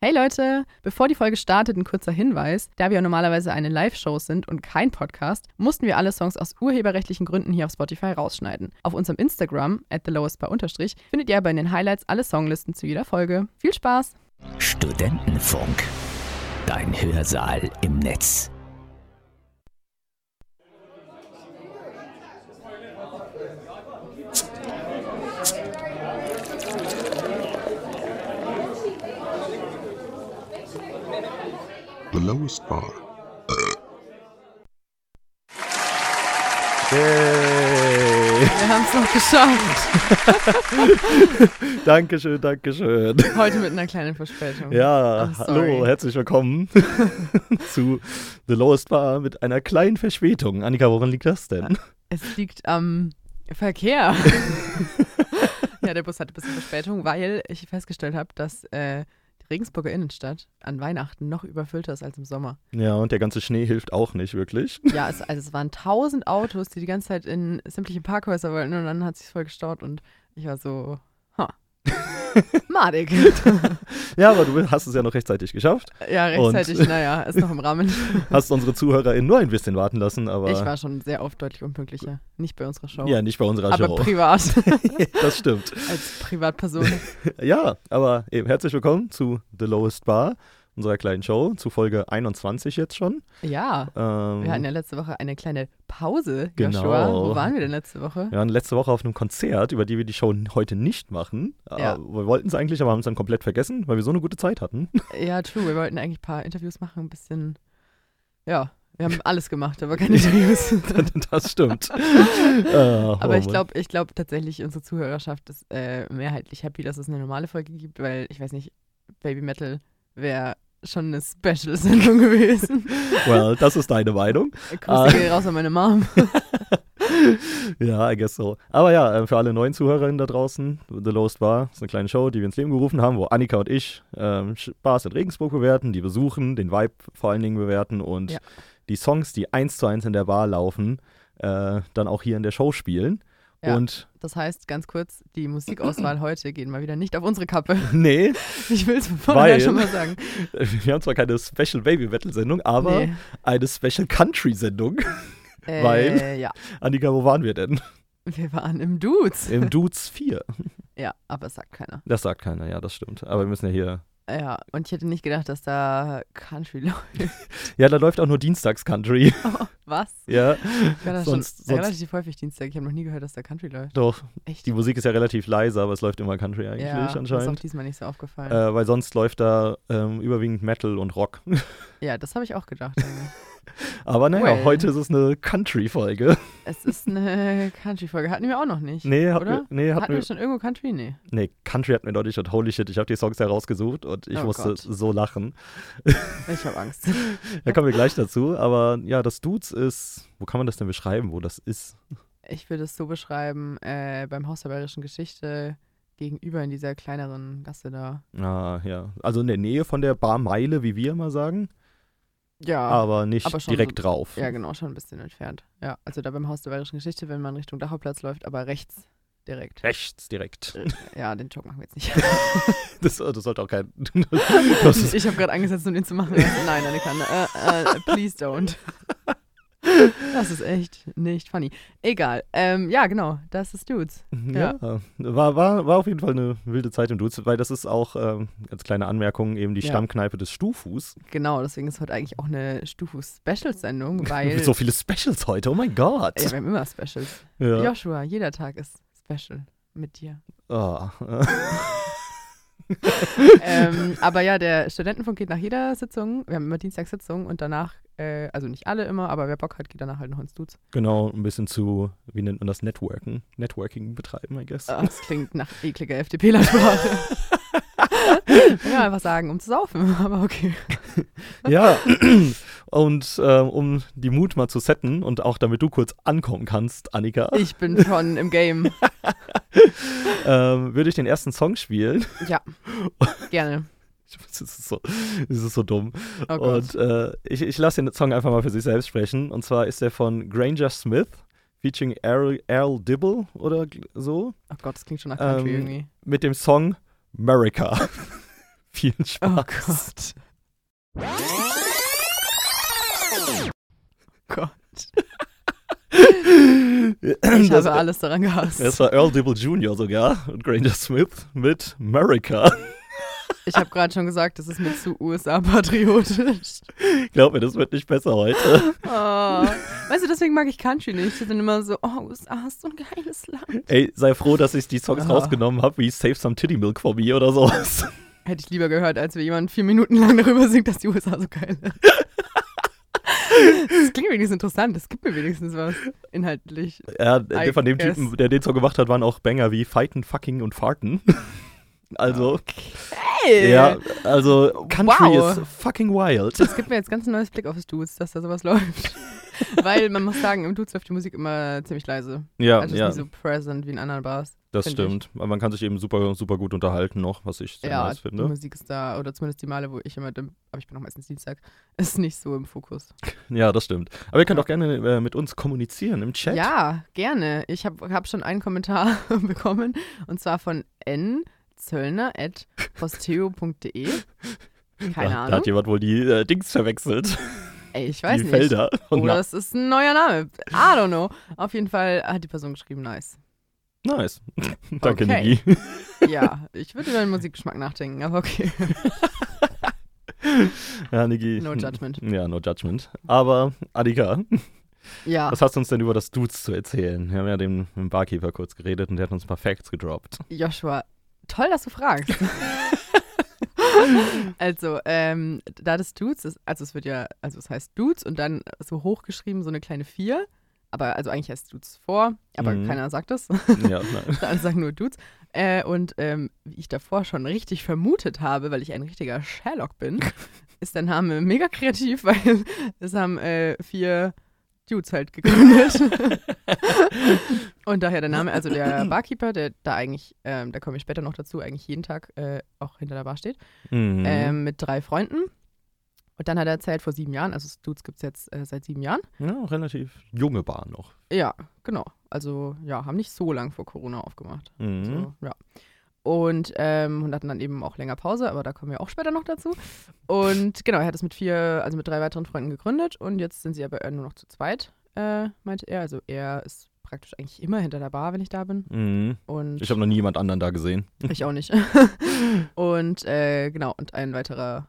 Hey Leute, bevor die Folge startet, ein kurzer Hinweis. Da wir ja normalerweise eine Live-Show sind und kein Podcast, mussten wir alle Songs aus urheberrechtlichen Gründen hier auf Spotify rausschneiden. Auf unserem Instagram, at unterstrich findet ihr aber in den Highlights alle Songlisten zu jeder Folge. Viel Spaß! Studentenfunk. Dein Hörsaal im Netz. The lowest bar. Yay. Wir haben es noch geschafft! Dankeschön, Dankeschön. Heute mit einer kleinen Verspätung. Ja, I'm sorry. hallo, herzlich willkommen zu The Lowest Bar mit einer kleinen Verspätung. Annika, woran liegt das denn? Es liegt am Verkehr. ja, der Bus hatte ein bisschen Verspätung, weil ich festgestellt habe, dass äh, die Regensburger Innenstadt an Weihnachten noch überfüllter ist als im Sommer. Ja, und der ganze Schnee hilft auch nicht wirklich. Ja, es, also es waren tausend Autos, die die ganze Zeit in sämtliche Parkhäuser wollten und dann hat sich voll gestaut und ich war so, ha. Madig. Ja, aber du hast es ja noch rechtzeitig geschafft. Ja, Und- rechtzeitig, naja, ist noch im Rahmen. Hast unsere ZuhörerInnen nur ein bisschen warten lassen, aber Ich war schon sehr oft deutlich unpünktlicher. Nicht bei unserer Show. ja, nicht bei unserer aber Show. privat. das stimmt. Als Privatperson. Ja, aber eben herzlich willkommen zu The Lowest Bar, unserer kleinen Show, zu Folge 21 jetzt schon. Ja. Ähm, Wir hatten ja letzte Woche eine kleine Pause, Joshua. Genau. Wo waren wir denn letzte Woche? Wir waren letzte Woche auf einem Konzert, über die wir die Show heute nicht machen. Ja. Äh, Wir wollten es eigentlich, aber haben es dann komplett vergessen, weil wir so eine gute Zeit hatten. Ja, true. Wir wollten eigentlich ein paar Interviews machen, ein bisschen. Ja, wir haben alles gemacht, aber keine Interviews. das stimmt. Äh, oh aber ich Mann. glaube ich glaub tatsächlich, unsere Zuhörerschaft ist äh, mehrheitlich happy, dass es eine normale Folge gibt, weil ich weiß nicht, Baby Metal wäre schon eine Special-Sendung gewesen. Well, das ist deine Meinung. Ah. Grüße gehen raus an meine Mom. Ja, I guess so. Aber ja, äh, für alle neuen Zuhörerinnen da draußen, The Lowest Bar ist eine kleine Show, die wir ins Leben gerufen haben, wo Annika und ich ähm, Spaß in Regensburg bewerten, die besuchen, den Vibe vor allen Dingen bewerten und Ja. die Songs, die eins zu eins in der Bar laufen, äh, dann auch hier in der Show spielen. Ja. Und Das heißt, ganz kurz, die Musikauswahl heute geht mal wieder nicht auf unsere Kappe. nee, Ich will es von vornherein Weil- schon mal sagen. Wir haben zwar keine Special Baby Battle Sendung, aber Nee. eine Special Country Sendung. Äh, Weil- Ja, Annika, wo waren wir denn? wir waren im Dudes. Im Dudes 4. Ja, aber es sagt keiner. Das sagt keiner, ja, das stimmt. Aber wir müssen ja hier. Ja, und ich hätte nicht gedacht, dass da Country läuft. Ja, da läuft auch nur Dienstags Country. Was? ja, Ich höre das Sonst- schon sonst- relativ häufig Dienstag. Ich habe noch nie gehört, dass da Country läuft. doch. Echt? Die Musik ist ja relativ leise, aber es läuft immer Country eigentlich ja, Das ist auch anscheinend. diesmal nicht so aufgefallen. Äh, weil sonst läuft da ähm, überwiegend Metal und Rock. Äh. Ja, das habe ich auch gedacht. Aber naja, Well. heute ist es eine Country-Folge. es ist eine Country-Folge. Hatten wir auch noch nicht. Nee, hatten oder? wir, nee, hatten Hatten wir wir, schon irgendwo Country? Nee. nee, Country hatten wir deutlich und holy shit, ich habe die Songs herausgesucht und ich Oh musste Gott. so lachen. Ich habe Angst. Da kommen wir gleich dazu. Aber ja, das Dudes ist, wo kann man das denn beschreiben, wo das ist? Ich würde es so beschreiben, äh, beim Haus der Bayerischen Geschichte gegenüber in dieser kleineren Gasse da. Ah, ja. Also in der Nähe von der Barmeile, wie wir immer sagen, Ja. aber nicht Ah, aber schon direkt drauf. Ja, genau, schon ein bisschen entfernt. Ja, also da beim Haus der Bayerischen Geschichte, wenn man Richtung Dachauplatz läuft, aber rechts direkt. Rechts direkt. Ja, den Joke machen wir jetzt nicht. Das, das sollte auch kein. das ist, ich habe gerade angesetzt, um den zu machen. Nein, Annika, äh, äh, please don't. Das ist echt nicht funny. Egal. Ähm, ja, genau, das ist Dudes. ja. War, war, war auf jeden Fall eine wilde Zeit im Dudes, weil das ist auch, ähm, als kleine Anmerkung, eben die Ja. Stammkneipe des Stufus. Genau, deswegen ist heute eigentlich auch eine Stufu-Special-Sendung, weil So viele Specials heute, oh mein Gott. ja, wir haben immer Specials. Ja. Joshua, jeder Tag ist Special mit dir. Ah. ähm, aber ja, der Studentenfunk geht nach jeder Sitzung. Wir haben immer Dienstagssitzung und danach, äh, also nicht alle immer, aber wer Bock hat, geht danach halt noch ins Dudes. Genau, ein bisschen zu, wie nennt man das, Networken. Networking betreiben, I guess. Ah, Das klingt nach ekliger FDP-Sprache. ja, einfach sagen, um zu saufen, aber okay. Ja, und ähm, um die Mut mal zu setten und auch damit du kurz ankommen kannst, Annika, Ich bin schon im Game. ähm, würde ich den ersten Song spielen. Ja, gerne. Ich weiß, Das ist so, das ist so dumm. Oh Gott. und äh, ich, ich lasse den Song einfach mal für sich selbst sprechen. Und zwar ist der von Granger Smith, featuring Earl, Earl Dibble oder gl- so, oh Gott, das klingt schon nach Country ähm, irgendwie. mit dem Song America. Viel Spaß. Oh Gott. Oh Gott. Ich das, habe alles daran das gehasst. war Earl Dibble Jr. sogar und Granger Smith mit America. Ich habe gerade schon gesagt, das ist mir zu USA-patriotisch. Glaub mir, das wird nicht besser heute. Oh. Weißt du, deswegen mag ich Country nicht. Die sind immer so, oh, USA ist so ein geiles Land. Ey, sei froh, dass ich die Songs Ah. rausgenommen habe, wie Save Some Titty Milk for Me oder sowas. Hätte ich lieber gehört, als wir jemand vier Minuten lang darüber singt, dass die USA so geil ist. Das klingt wenigstens interessant. Das gibt mir wenigstens was inhaltlich. Ja, I der von dem guess. Typen, der den Song gemacht hat, waren auch Banger wie Fighten, Fucking und Farten. Also, Ey, ja, also Country Wow. is fucking wild. Das gibt mir jetzt ganz ein neues Blick aufs Dudes, dass da sowas läuft. Weil man muss sagen, im Dudes läuft die Musik immer ziemlich leise. Ja, Also ja, ist nicht so present wie in anderen Bars. das finde ich. stimmt. Aber man kann sich eben super, super gut unterhalten noch, was ich sehr ja, nice die finde. Musik ist da, oder zumindest die Male, wo ich immer, im- aber ich bin auch meistens Dienstag, ist nicht so im Fokus. Ja, das stimmt. Aber ihr könnt auch gerne äh, mit uns kommunizieren im Chat. Ja, gerne. Ich habe hab schon einen Kommentar bekommen und zwar von nzöllner.posteo.de. da, Keine Da Ahnung. hat jemand wohl die äh, Dings verwechselt. Ey, ich weiß die nicht. Felder. Und Oder es ist ein neuer Name. I don't know. Auf jeden Fall hat die Person geschrieben, nice. na, nice. Danke, Okay. Niki. Ja, ich würde über den Musikgeschmack nachdenken, aber okay. Ja, Niki. No judgment. Ja, no judgment. Aber, Adika, Ja. was hast du uns denn über das Dudes zu erzählen? Wir haben ja dem, mit dem Barkeeper kurz geredet und der hat uns ein paar Facts gedroppt. Joshua, toll, dass du fragst. also, ähm, da das Dudes ist, also es wird ja, also es heißt Dudes und dann so hochgeschrieben so eine kleine Vier. Aber, also eigentlich heißt Dudes vor, aber Mhm. keiner sagt das. Ja, ne? nein. Alle sagen Also nur Dudes. Äh, und ähm, wie ich davor schon richtig vermutet habe, weil ich ein richtiger Sherlock bin, ist der Name mega kreativ, weil es haben äh, vier Dudes halt gegründet. und daher der Name, also der Barkeeper, der da eigentlich, ähm, da komme ich später noch dazu, eigentlich jeden Tag äh, auch hinter der Bar steht, Mhm. ähm, mit drei Freunden. Und dann hat er erzählt, vor sieben Jahren, also Dudes gibt es jetzt äh, seit sieben Jahren. ja, relativ junge Bar noch. Ja, genau. Also ja, haben nicht so lang vor Corona aufgemacht. Mhm. So, ja. Und, ähm, und hatten dann eben auch länger Pause, aber da kommen wir auch später noch dazu. Und genau, er hat es mit vier, also mit drei weiteren Freunden gegründet und jetzt sind sie aber äh, nur noch zu zweit, äh, meinte er. Also er ist praktisch eigentlich immer hinter der Bar, wenn ich da bin. Mhm. Und Ich habe noch nie jemand anderen da gesehen. ich auch nicht. und äh, genau, und ein weiterer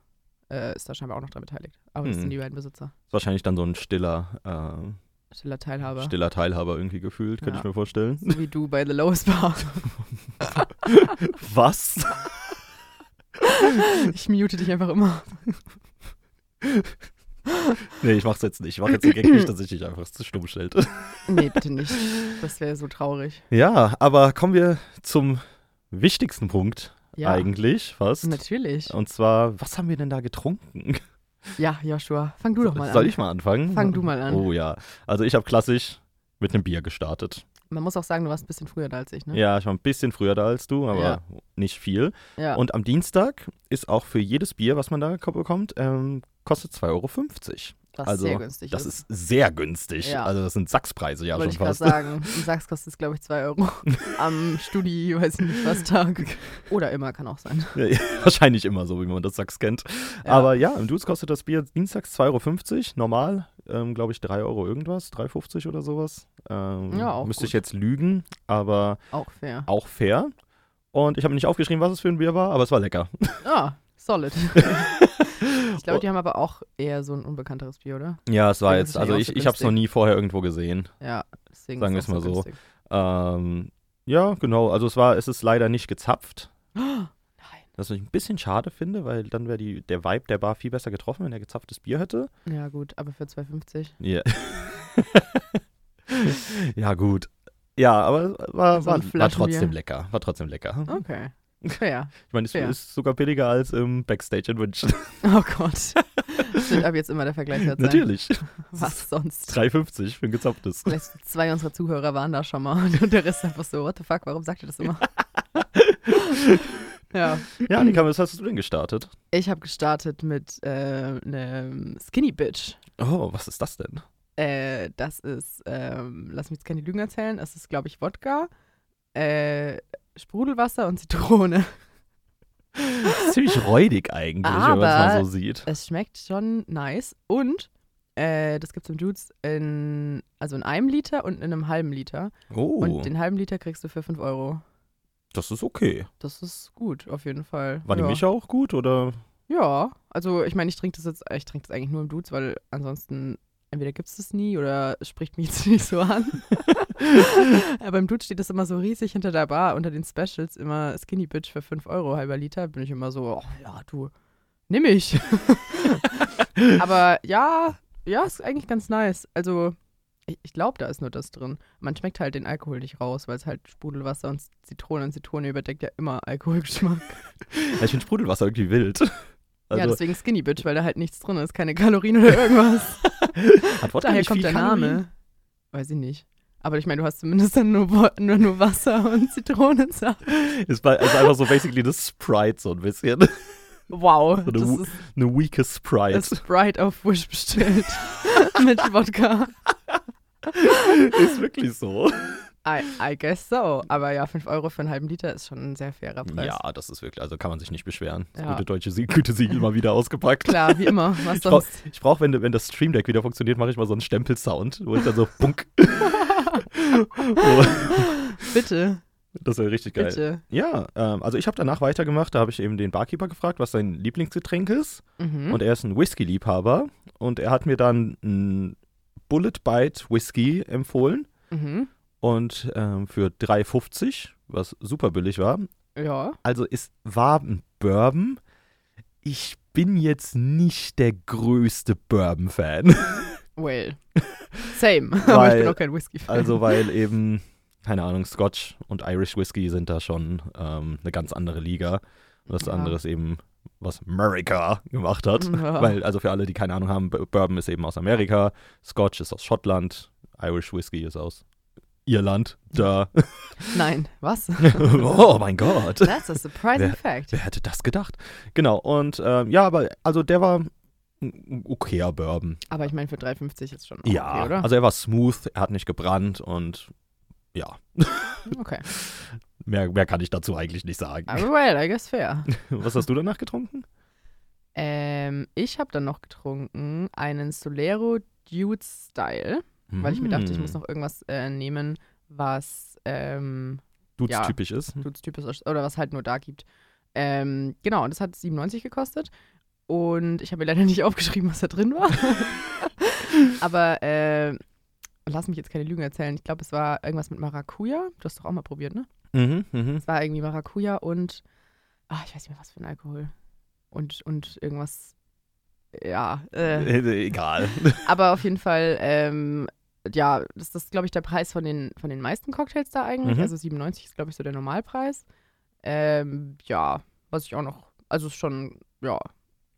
äh, ist da scheinbar auch noch dran beteiligt. Aber das Mhm. sind die beiden Besitzer. Ist wahrscheinlich dann so ein stiller, Stiller äh, Teilhaber. stiller Teilhaber irgendwie gefühlt, könnte Ja. ich mir vorstellen. So wie du bei The Lowest Bar. Was? Ich mute dich einfach immer. Nee, ich mach's jetzt nicht. Ich mach jetzt den Gag nicht, dass ich dich einfach zu stumm stellte. Nee, bitte nicht. Das wäre so traurig. Ja, aber kommen wir zum wichtigsten Punkt Ja, eigentlich fast. natürlich. Und zwar, was haben wir denn da getrunken? Ja, Joshua, fang du doch mal Soll an. ich mal anfangen? Fang du mal an. Oh ja. Also ich habe klassisch mit einem Bier gestartet. Man muss auch sagen, du warst ein bisschen früher da als ich, ne? Ja, ich war ein bisschen früher da als du, aber Ja. nicht viel. Ja. Und am Dienstag ist auch für jedes Bier, was man da ko- bekommt, ähm, kostet 2,50 Euro. was also, sehr günstig Das ist sehr günstig. Ja. Also das sind Sachspreise ja Wollte ich schon gerade fast. sagen. In Sachs kostet es, glaube ich, 2 Euro am Studi, weiß nicht was, Tag. Oder immer, kann auch sein. Ja, ja, Wahrscheinlich immer so, wie man das Sachs kennt. Ja. Aber ja, im Dudes kostet das Bier dienstags 2,50 Euro, normal, ähm, glaube ich, 3 Euro irgendwas, 3,50 oder sowas. Ähm, Ja, auch Müsste ich gut. jetzt lügen, aber Auch fair. auch fair. Und ich habe nicht aufgeschrieben, was es für ein Bier war, aber es war lecker. Ah, solid. ich Oh. glaube, die haben aber auch eher so ein unbekannteres Bier, oder? Ja, es war Ja, das jetzt, ist also ja auch ich, so ich habe es noch günstig. nie vorher irgendwo gesehen. Ja, deswegen Sagen ist wir's auch mal so. günstig. Ähm, ja, genau, also es war, es ist leider nicht gezapft. Nein. Was ich ein bisschen schade finde, weil dann wäre die- der Vibe der Bar viel besser getroffen, wenn er gezapftes Bier hätte. Ja, gut, aber für 2,50. Ja. ja, gut. Ja, aber war, So ein war, war Flaschenbier. trotzdem lecker. War trotzdem lecker. Okay. Fair. Ich meine, es fair. ist sogar billiger als im Backstage in München. Oh Gott. Das wird ab jetzt immer der Vergleich sein. Natürlich. Was sonst? 3,50 für ein gezapftes. Vielleicht zwei unserer Zuhörer waren da schon mal und der Rest einfach so, what the fuck, warum sagt ihr das immer? ja, Ja, Annika, was hast du denn gestartet? ich habe gestartet mit äh, einem Skinny Bitch. Oh, was ist das denn? Äh, das ist, ähm, lass mich jetzt keine Lügen erzählen, es ist, glaube ich, Wodka, äh, Sprudelwasser und Zitrone. ziemlich räudig eigentlich, wenn man es mal Aber- so sieht. Es schmeckt schon nice. Und äh, das gibt es im Dudes in, also in einem Liter und in einem halben Liter. Oh, Und den halben Liter kriegst du für 5 Euro. das ist okay. Das ist gut, auf jeden Fall. War die ja. Mische auch gut oder? Ja, also ich meine, ich trinke das jetzt, ich trinke das eigentlich nur im Dudes, weil ansonsten entweder gibt es das nie oder es spricht mich jetzt nicht so an. Aber im Dudes steht das immer so riesig hinter der Bar, unter den Specials immer Skinny Bitch für 5 Euro, halber Liter. Bin ich immer so, oh ja, du, nimm ich. Aber ja, ja, ist eigentlich ganz nice. Also ich, ich glaube, da ist nur das drin. Man schmeckt halt den Alkohol nicht raus, weil es halt Sprudelwasser und Zitrone und Zitrone überdeckt ja immer Alkoholgeschmack. Ja, ich finde Sprudelwasser irgendwie wild. ja, Also deswegen Skinny Bitch, weil da halt nichts drin ist, keine Kalorien oder irgendwas. hat Wodka Daher nicht kommt viel der Kalorien? Name. Weiß ich nicht. Aber ich meine, du hast zumindest dann nur, Wo- nur, nur Wasser und Zitronensaft. Ist, bei- ist einfach so basically das Sprite so ein bisschen. Wow, So eine das Wu- ist Eine weake Sprite. das Sprite auf Wish bestellt. Mit Wodka. ist wirklich so. I, I guess so. Aber ja, 5 Euro für einen halben Liter ist schon ein sehr fairer Preis. Ja, das ist wirklich, also kann man sich nicht beschweren. Das Ja. gute deutsche Sie- Gütesiegel mal wieder ausgepackt. Klar, wie immer. Was Ich brauche, sonst? brauch, wenn, wenn das Stream Deck wieder funktioniert, mache ich mal so einen Stempelsound, wo ich dann so bunk. Bitte, das wäre richtig geil. bitte. Ja, ähm, also ich habe danach weitergemacht, da habe ich eben den Barkeeper gefragt, was sein Lieblingsgetränk ist. Mhm. Und er ist ein Whisky-Liebhaber und er hat mir dann einen Bullet Bite Whisky empfohlen Mhm. und ähm, für 3,50, was super billig war. Ja. Also es war ein Bourbon. Ich bin jetzt nicht der größte Bourbon-Fan. Well. Same. Aber ich Weil- bin auch kein Whisky-Fan. Also weil eben, keine Ahnung, Scotch und Irish Whisky sind da schon ähm, eine ganz andere Liga. Und das Ja. Mhm. andere ist eben, was America gemacht hat. Ja. Weil, also für alle, die keine Ahnung haben, Bou- Bourbon ist eben aus Amerika, Scotch ist aus Schottland, Irish Whisky ist aus Irland. Mhm. Da. Nein, was? oh mein Gott. That's a surprising Wer- fact. Wer hätte das gedacht? Genau, und ähm, ja, aber also der war ein okayer Bourbon. Aber ich meine, für 3,50 ist schon auch Ja, okay, oder? also er war smooth, er hat nicht gebrannt und ja, okay. mehr, mehr kann ich dazu eigentlich nicht sagen. Aber well, I guess fair. Was hast du danach getrunken? ähm, ich habe dann noch getrunken einen Solero Dude Style, weil ich mir dachte, ich Hm. Mm. muss noch irgendwas äh, nehmen, was ähm, Dudes ja. Mhm. typisch ist. Dudes typisch ist oder was halt nur da gibt. Ähm, genau, und das hat 97 gekostet. Und ich habe mir leider nicht aufgeschrieben, was da drin war. Aber äh, lass mich jetzt keine Lügen erzählen. Ich glaube, es war irgendwas mit Maracuja. Du hast doch auch mal probiert, ne? Mhm, mhm. Es war irgendwie Maracuja und ah, ich weiß nicht mehr, was für ein Alkohol. Und, und irgendwas. Ja, äh, Äh, Egal. aber auf jeden Fall, ähm, ja, das ist, glaube ich, der Preis von den, von den meisten Cocktails da eigentlich. Mhm. Also 97 ist, glaube ich, so der Normalpreis. Ähm, ja, was ich auch noch, also ist schon, ja,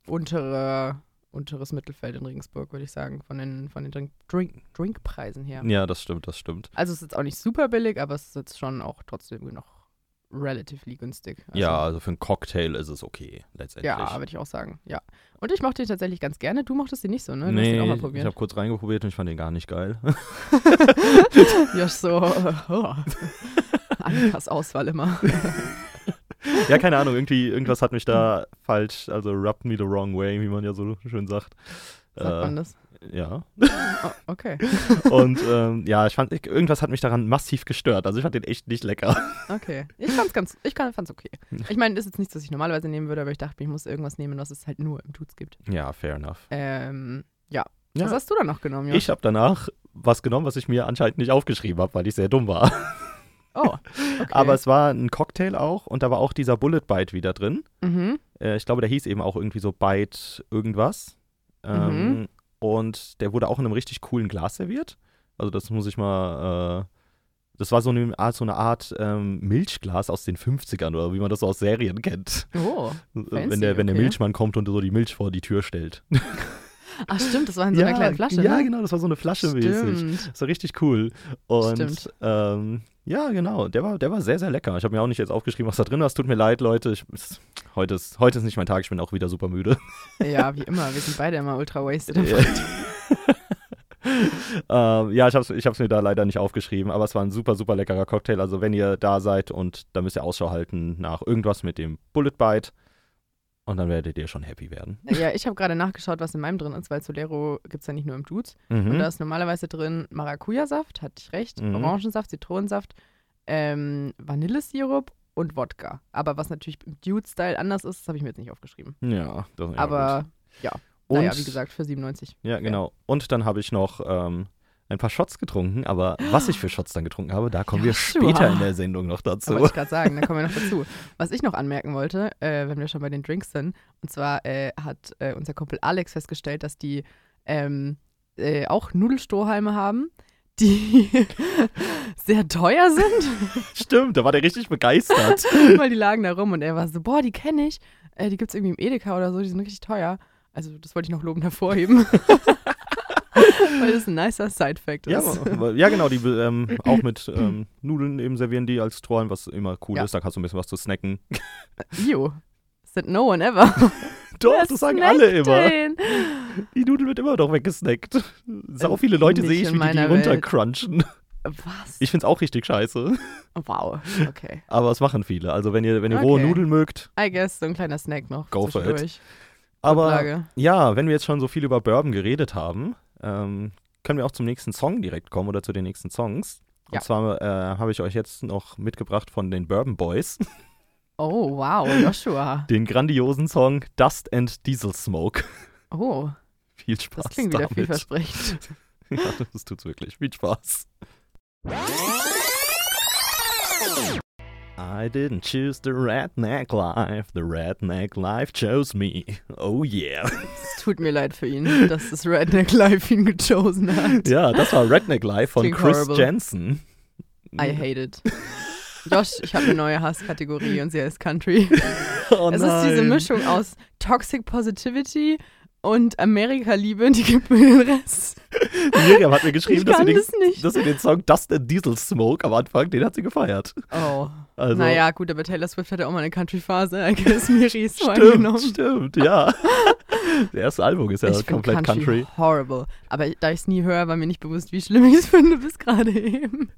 untere, unteres Mittelfeld in Regensburg, würde ich sagen, von den, von den Drink, Drink, Drinkpreisen her. ja, das stimmt, das stimmt. Also es ist jetzt auch nicht super billig, aber es ist jetzt schon auch trotzdem noch relatively günstig. Also, ja, also für einen Cocktail ist es okay, letztendlich. Ja, ne, würde ich auch sagen. Ja. Und ich mochte ihn tatsächlich ganz gerne. Du mochtest ihn nicht so, ne? Du hast nee, ihn auch mal ich probiert. habe kurz reingeprobiert und ich fand den gar nicht geil. Ja, so. Oh. Annikas Auswahl immer. ja, keine Ahnung, irgendwie, irgendwas hat mich da falsch, also rubbed me the wrong way, wie man ja so schön sagt. Sagt man das? äh, ja. Oh, okay. Und ähm, ja, ich fand, ich- irgendwas hat mich daran massiv gestört. Also ich fand den echt nicht lecker. Okay. Ich fand's ganz, ich kann- fand's okay. Ich meine, ist jetzt nichts, was ich normalerweise nehmen würde, aber ich dachte, ich muss irgendwas nehmen, was es halt nur im Dudes gibt. Ja, fair enough. Ähm, ja. Ja. Was hast du dann noch genommen, Josh? Ich habe danach was genommen, was ich mir anscheinend nicht aufgeschrieben habe, weil ich sehr dumm war. Oh. Okay. Aber es war ein Cocktail auch und da war auch dieser Bullet Bite wieder drin. mhm. Äh, ich glaube, der hieß eben auch irgendwie so Bite irgendwas. Mhm. Ähm, Und der wurde auch in einem richtig coolen Glas serviert. Also das muss ich mal, äh, das war so eine Art, so eine Art ähm, Milchglas aus den 50ern oder wie man das so aus Serien kennt. Äh, Oh. wenn der, wenn der okay. Milchmann kommt und so die Milch vor die Tür stellt. Ach stimmt, das war in so einer kleinen Flasche. Ja, ne? genau, das war so eine Flasche mäßig. Stimmt. Das war richtig cool. Und Stimmt. ähm, ja, genau, der war, der war sehr, sehr lecker. Ich habe mir auch nicht jetzt aufgeschrieben, was da drin war. Es tut mir leid, Leute. Ich, es, heute, ist, heute ist nicht mein Tag, ich bin auch wieder super müde. Ja, wie immer. Wir sind beide immer ultra wasted. ähm, ja, ich habe es ich hab's mir da leider nicht aufgeschrieben, aber es war ein super, super leckerer Cocktail. Also wenn ihr da seid und da müsst ihr Ausschau halten nach irgendwas mit dem Bullet Bite. und dann werdet ihr schon happy werden. Äh, Ja, ich habe gerade nachgeschaut, was in meinem drin ist, weil Solero gibt es ja nicht nur im Dudes. Und Mhm. da ist normalerweise drin Maracuja-Saft, hatte ich recht, Mhm. Orangensaft, Zitronensaft, ähm, Vanillesirup und Wodka. Aber was natürlich im Dude-Style anders ist, das habe ich mir jetzt nicht aufgeschrieben. ja, das ist Aber gut. naja, Und- wie gesagt, für 97. Ja, genau. Und dann habe ich noch ähm, ein paar Shots getrunken, aber was ich für Shots dann getrunken habe, da kommen wir Joshua. später in der Sendung noch So. dazu. Wollte ich gerade sagen, da kommen wir noch dazu. Was ich noch anmerken wollte, äh, wenn wir schon bei den Drinks sind, und zwar äh, hat äh, unser Kumpel Alex festgestellt, dass die ähm, äh, auch Nudelstrohhalme haben, die sehr teuer sind, Stimmt, da war der richtig begeistert. weil die lagen da rum und er war so, boah, die kenne ich, äh, die gibt es irgendwie im Edeka oder so, die sind richtig teuer. Also das wollte ich noch lobend hervorheben. weil das ein nicer Side-Fact ja, ist. aber- ja, genau, die ähm, auch mit ähm, Nudeln eben servieren die als Trollen, was immer cool Ja. ist. Da kannst du ein bisschen was zu snacken. Jo, said no one ever. Doch, Wer Oh, das sagen snackt alle immer. denn? Die Nudel wird immer noch weggesnackt. Sau viele Leute Äh, nicht sehe ich, in wie die die meiner runtercrunchen. Was? Ich find's auch richtig scheiße, wow, okay. aber es machen viele. Also wenn ihr, wenn ihr rohe Okay. Nudeln mögt, I guess, so ein kleiner Snack noch. Go for it. zwischendurch. aber Lage. Ja, wenn wir jetzt schon so viel über Bourbon geredet haben, ähm, können wir auch zum nächsten Song direkt kommen oder zu den nächsten Songs. Ja. Und zwar äh, habe ich euch jetzt noch mitgebracht von den Bourbon Boys Oh, wow, Joshua. den grandiosen Song Dust and Diesel Smoke. Oh, Viel Spaß das klingt wieder damit. vielversprechend. ja, das tut's wirklich. Viel Spaß. I didn't choose the redneck life, the redneck life chose me. Oh yeah. Es tut mir leid für ihn, dass das Redneck Life ihn gechosen hat. Ja, das war Redneck Life von Klingt Chris horrible. Jensen. I hate it. Josh, ich habe eine neue Hasskategorie und sie heißt Country. Oh es ist diese nein. Mischung aus Toxic Positivity und Amerika-Liebe, die gibt mir den Rest. Miriam hat mir geschrieben, Ich dass sie, kann den, das nicht. dass sie den Song Dust and Diesel Smoke am Anfang, den hat sie gefeiert. Oh. Also, naja, gut, aber Taylor Swift hatte auch mal eine Country-Phase. I guess Miri ist so stimmt, angenommen. stimmt, ja. Das erste Album ist ja ich find komplett Country. Horrible. Aber da ich es nie höre, war mir nicht bewusst, wie schlimm ich es finde bis gerade eben.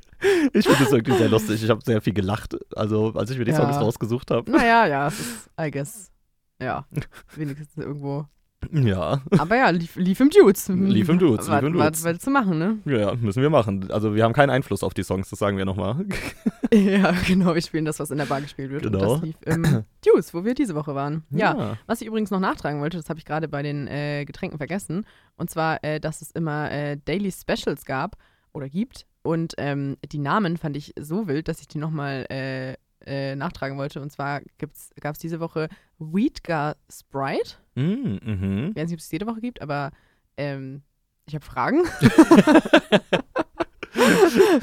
Ich finde das irgendwie sehr lustig. Ich habe sehr viel gelacht, also als ich mir die Ja. Songs rausgesucht habe. Naja, ja, es ist, I guess. Ja, wenigstens irgendwo. Ja, Aber ja, lief, lief im Dudes. Lief im Dudes, lief Was, im was Dudes. willst du machen, ne? ja, müssen wir machen. Also wir haben keinen Einfluss auf die Songs, das sagen wir nochmal. Ja, genau, wir spielen das, was in der Bar gespielt wird. Genau. Und das lief im Dudes, wo wir diese Woche waren. Ja. Was ich übrigens noch nachtragen wollte, das habe ich gerade bei den äh, Getränken vergessen, und zwar, äh, dass es immer äh, Daily Specials gab oder gibt. Und ähm, die Namen fand ich so wild, dass ich die nochmal äh, äh, nachtragen wollte. Und zwar gab es diese Woche Wheatgar Sprite. Mm, mhm. Ich weiß nicht, ob es jede Woche gibt, aber ähm, ich habe Fragen.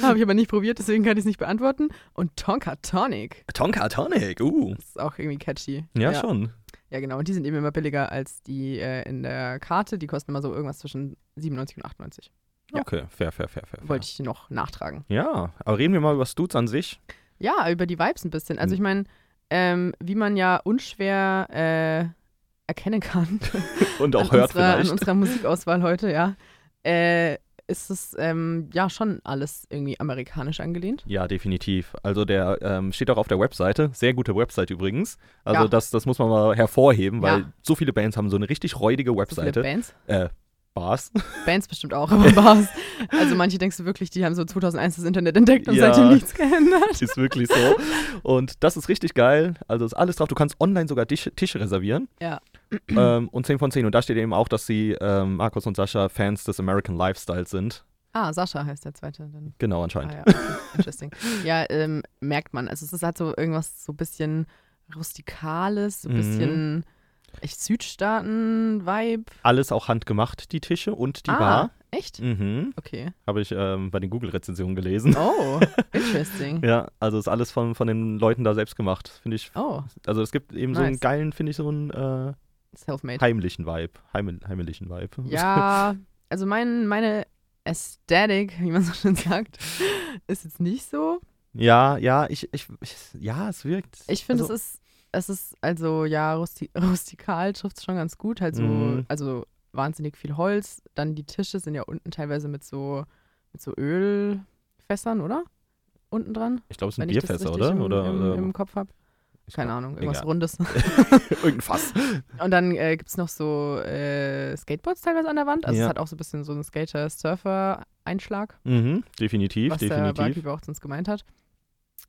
habe ich aber nicht probiert, deswegen kann ich es nicht beantworten. Und Tonka Tonic. Tonka Tonic, uh. Das ist auch irgendwie catchy. Ja, schon. Ja, genau. Und die sind eben immer billiger als die äh, in der Karte. Die kosten immer so irgendwas zwischen 97 und 98. Ja. Okay, fair, fair, fair, fair. fair. Wollte ich noch nachtragen. Ja, aber reden wir mal über Studs an sich. Ja, über die Vibes ein bisschen. Mhm. Also ich meine, ähm, wie man ja unschwer äh, erkennen kann Und an, auch hört unserer, an vielleicht. unserer Musikauswahl heute, ja, äh, ist es ähm, ja schon alles irgendwie amerikanisch angelehnt. Ja, definitiv. Also der ähm, steht auch auf der Webseite. Sehr gute Webseite übrigens. Also Ja. das, das muss man mal hervorheben, weil Ja. so viele Bands haben so eine richtig räudige So viele Webseite. Bands. äh, Bars. Bands bestimmt auch, aber Bars. Also manche denkst du wirklich, die haben so 2001 das Internet entdeckt und Ja. seitdem nichts geändert. ist wirklich so. Und das ist richtig geil. Also ist alles drauf. Du kannst online sogar Tisch, Tische reservieren. Ja. Ähm, und 10 von 10. Und da steht eben auch, dass sie, ähm, Markus und Sascha, Fans des American Lifestyle sind. Ah, Sascha heißt der zweite. Dann Genau, anscheinend. Ah, ja, okay. interesting. ja, ähm, merkt man. Also es ist halt so irgendwas so ein bisschen rustikales, so ein Mhm. bisschen echt Südstaaten-Vibe. Alles auch handgemacht, die Tische und die ah, Bar. echt? Mhm. Okay. Habe ich ähm, bei den Google-Rezensionen gelesen. Oh, interesting. Ja, also ist alles von, von den Leuten da selbst gemacht. Finde ich Oh, Also es gibt eben so einen Nice. geilen, finde ich, so einen äh, self-made. heimlichen Vibe. Heim, heimlichen Vibe. Ja, also mein, meine Ästhetik, wie man so schön sagt, ist jetzt nicht so. ja, ja, ich, ich, ich ja, es wirkt. Ich finde, also, es ist, es ist also ja, rusti rustikal trifft es schon ganz gut. Halt so, Mhm. also wahnsinnig viel Holz. Dann die Tische sind ja unten teilweise mit so, mit so Ölfässern, oder? Unten dran, Ich glaube, es wenn sind ich das Bierfässer, richtig oder? Im, oder, im, oder im Kopf habe. Keine glaub, Ahnung, irgendwas egal. Rundes. Irgendein Fass. Und dann äh, gibt es noch so äh, Skateboards teilweise an der Wand. Also Ja. es hat auch so ein bisschen so einen Skater-Surfer-Einschlag, Mhm, definitiv, was der definitiv. Barkeeper auch zu uns gemeint hat.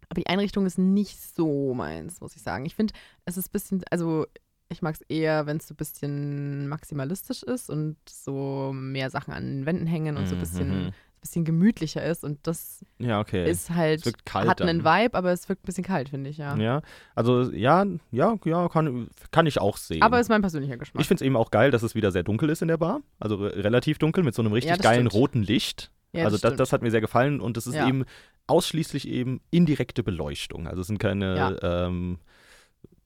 Aber die Einrichtung ist nicht so meins, muss ich sagen. Ich finde, es ist ein bisschen, also ich mag es eher, wenn es so ein bisschen maximalistisch ist und so mehr Sachen an den Wänden hängen und so ein bisschen, Mhm. bisschen gemütlicher ist. Und das Ja, okay. ist halt, es wirkt kalt hat einen dann. Vibe, aber es wirkt ein bisschen kalt, finde ich, ja. ja, also ja, ja, ja, kann, kann ich auch sehen. Aber ist mein persönlicher Geschmack. ich finde es eben auch geil, dass es wieder sehr dunkel ist in der Bar. Also re relativ dunkel mit so einem richtig Ja, das geilen stimmt. roten Licht. Ja, also das, stimmt. das hat mir sehr gefallen und es ist Ja. eben ausschließlich eben indirekte Beleuchtung. Also es sind keine ähm,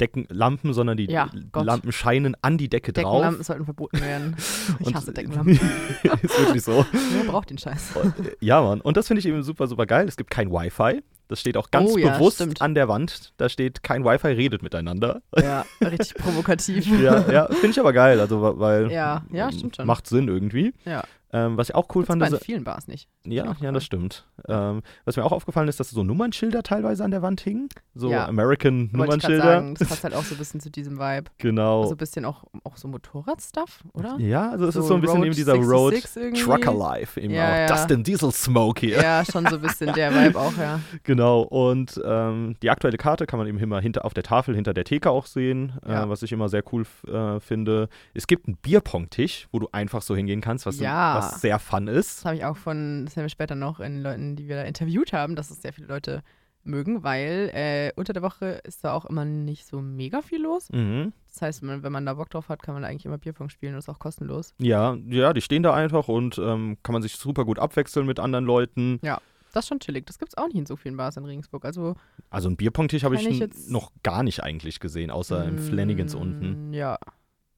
Deckenlampen, sondern die Ja, Gott. Lampen scheinen an die Decke drauf. Deckenlampen sollten verboten werden. Ich Und- hasse Deckenlampen. ist wirklich so. Wer braucht den Scheiß? Ja, Mann. Und das finde ich eben super, super geil. Es gibt kein Wi-Fi. Das steht auch ganz Oh ja, bewusst stimmt. an der Wand. Da steht, kein Wi-Fi redet miteinander. Ja, richtig provokativ. Ja, ja finde ich aber geil. Also, wa- weil Ja, ja, ähm, stimmt schon. macht Sinn irgendwie. Ja. Ähm, was ich auch cool Das fand, war in ist, vielen Bars nicht. ja, auch ja, cool. das stimmt. Ähm, was mir auch aufgefallen ist, dass so Nummernschilder teilweise an der Wand hingen. So Ja. American Wollte ich gerade Nummernschilder. sagen, das passt halt auch so ein bisschen zu diesem Vibe. Genau. So ein bisschen auch, auch so Motorrad-Stuff, oder? ja, also es so ist so ein bisschen Road eben dieser 66 Road irgendwie. Trucker Life, eben Ja, auch ja. Dustin Diesel Smoke hier. Ja, schon so ein bisschen der Vibe auch, ja. Genau, und ähm, die aktuelle Karte kann man eben immer hinter, auf der Tafel hinter der Theke auch sehen, Ja. äh, was ich immer sehr cool f- äh, finde. Es gibt einen Bierpong-Tisch, wo du einfach so hingehen kannst, was, Ja. was sehr fun ist. Das habe ich auch von, das haben wir später noch in Leuten, die wir da interviewt haben, dass es sehr viele Leute mögen, weil äh, unter der Woche ist da auch immer nicht so mega viel los. Mhm. Das heißt, wenn man, wenn man da Bock drauf hat, kann man eigentlich immer Bierpong spielen und ist auch kostenlos. Ja, ja, die stehen da einfach und ähm, kann man sich super gut abwechseln mit anderen Leuten. Das ist schon chillig. Das gibt es auch nicht in so vielen Bars in Regensburg. Also Also einen Bierpong-Tisch habe ich, Kann ich n- jetzt- noch gar nicht eigentlich gesehen, außer im Flanagans unten. Mm, Ja,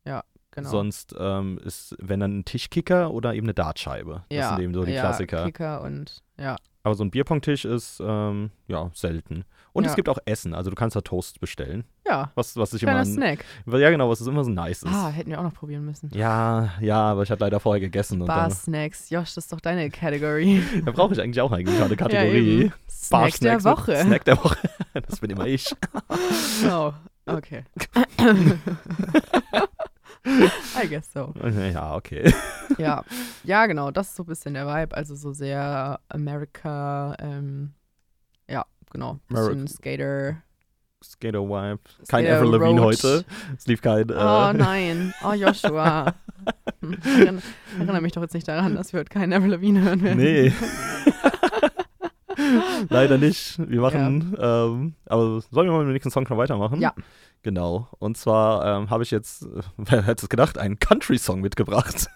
ja, genau. Sonst ähm, ist, wenn dann ein Tischkicker oder eben eine Dartscheibe. Das ja, sind eben so die ja, Klassiker. Kicker und ja, Aber so ein Bierpong-Tisch ist ähm, ja selten. Und es Ja. gibt auch Essen, also du kannst da Toast bestellen, ja, was, was ich immer. kleiner ein- Snack. Ja, genau, was immer so nice ist. Ah, hätten wir auch noch probieren müssen. Ja, ja, aber ich hatte leider vorher gegessen und dann, Bar-Snacks. Josh, das ist doch deine Category. da brauche ich eigentlich auch eine gerade Ja, Kategorie. eben. Snack der Bar-Snacks mit- Woche. Snack der Woche. Das bin immer ich. Oh, okay. I guess so. Ja, okay. Ja. ja, genau, das ist so ein bisschen der Vibe. Also so sehr America, ähm, ja, genau. Bisschen America. Skater. Skater Wipe. Kein Skater Avril Lavigne Road. heute. Es lief kein. Äh, Oh nein, oh Joshua. Hm, erinn- Erinnere mich doch jetzt nicht daran, dass wir heute keinen Avril Lavigne hören werden. Nee. Leider nicht. Wir machen, ähm, aber sollen wir mal mit dem nächsten Song noch weitermachen? Ja. Genau. Und zwar ähm, habe ich jetzt, äh, wer hätte es gedacht, einen Country-Song mitgebracht.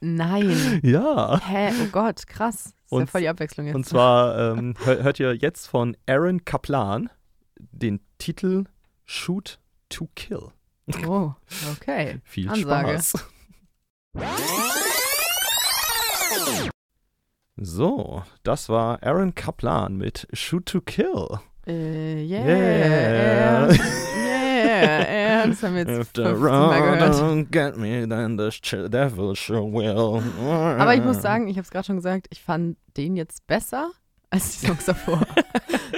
Nein. ja. Hä? Oh Gott, krass. Das ist ja Und- voll die Abwechslung jetzt. ne? Und zwar ähm, hör, hört ihr jetzt von Aaron Kaplan den Titel Shoot to Kill. oh, okay. Viel Ansage. Spaß. So, das war Aaron Kaplan mit Shoot to Kill. Äh, Yeah. yeah. Yeah. yeah. Das haben wir jetzt If the 15 Mal road gehört. don't get me, then the sh- devil sure will. Aber ich muss sagen, ich habe es gerade schon gesagt, ich fand den jetzt besser als die Songs davor.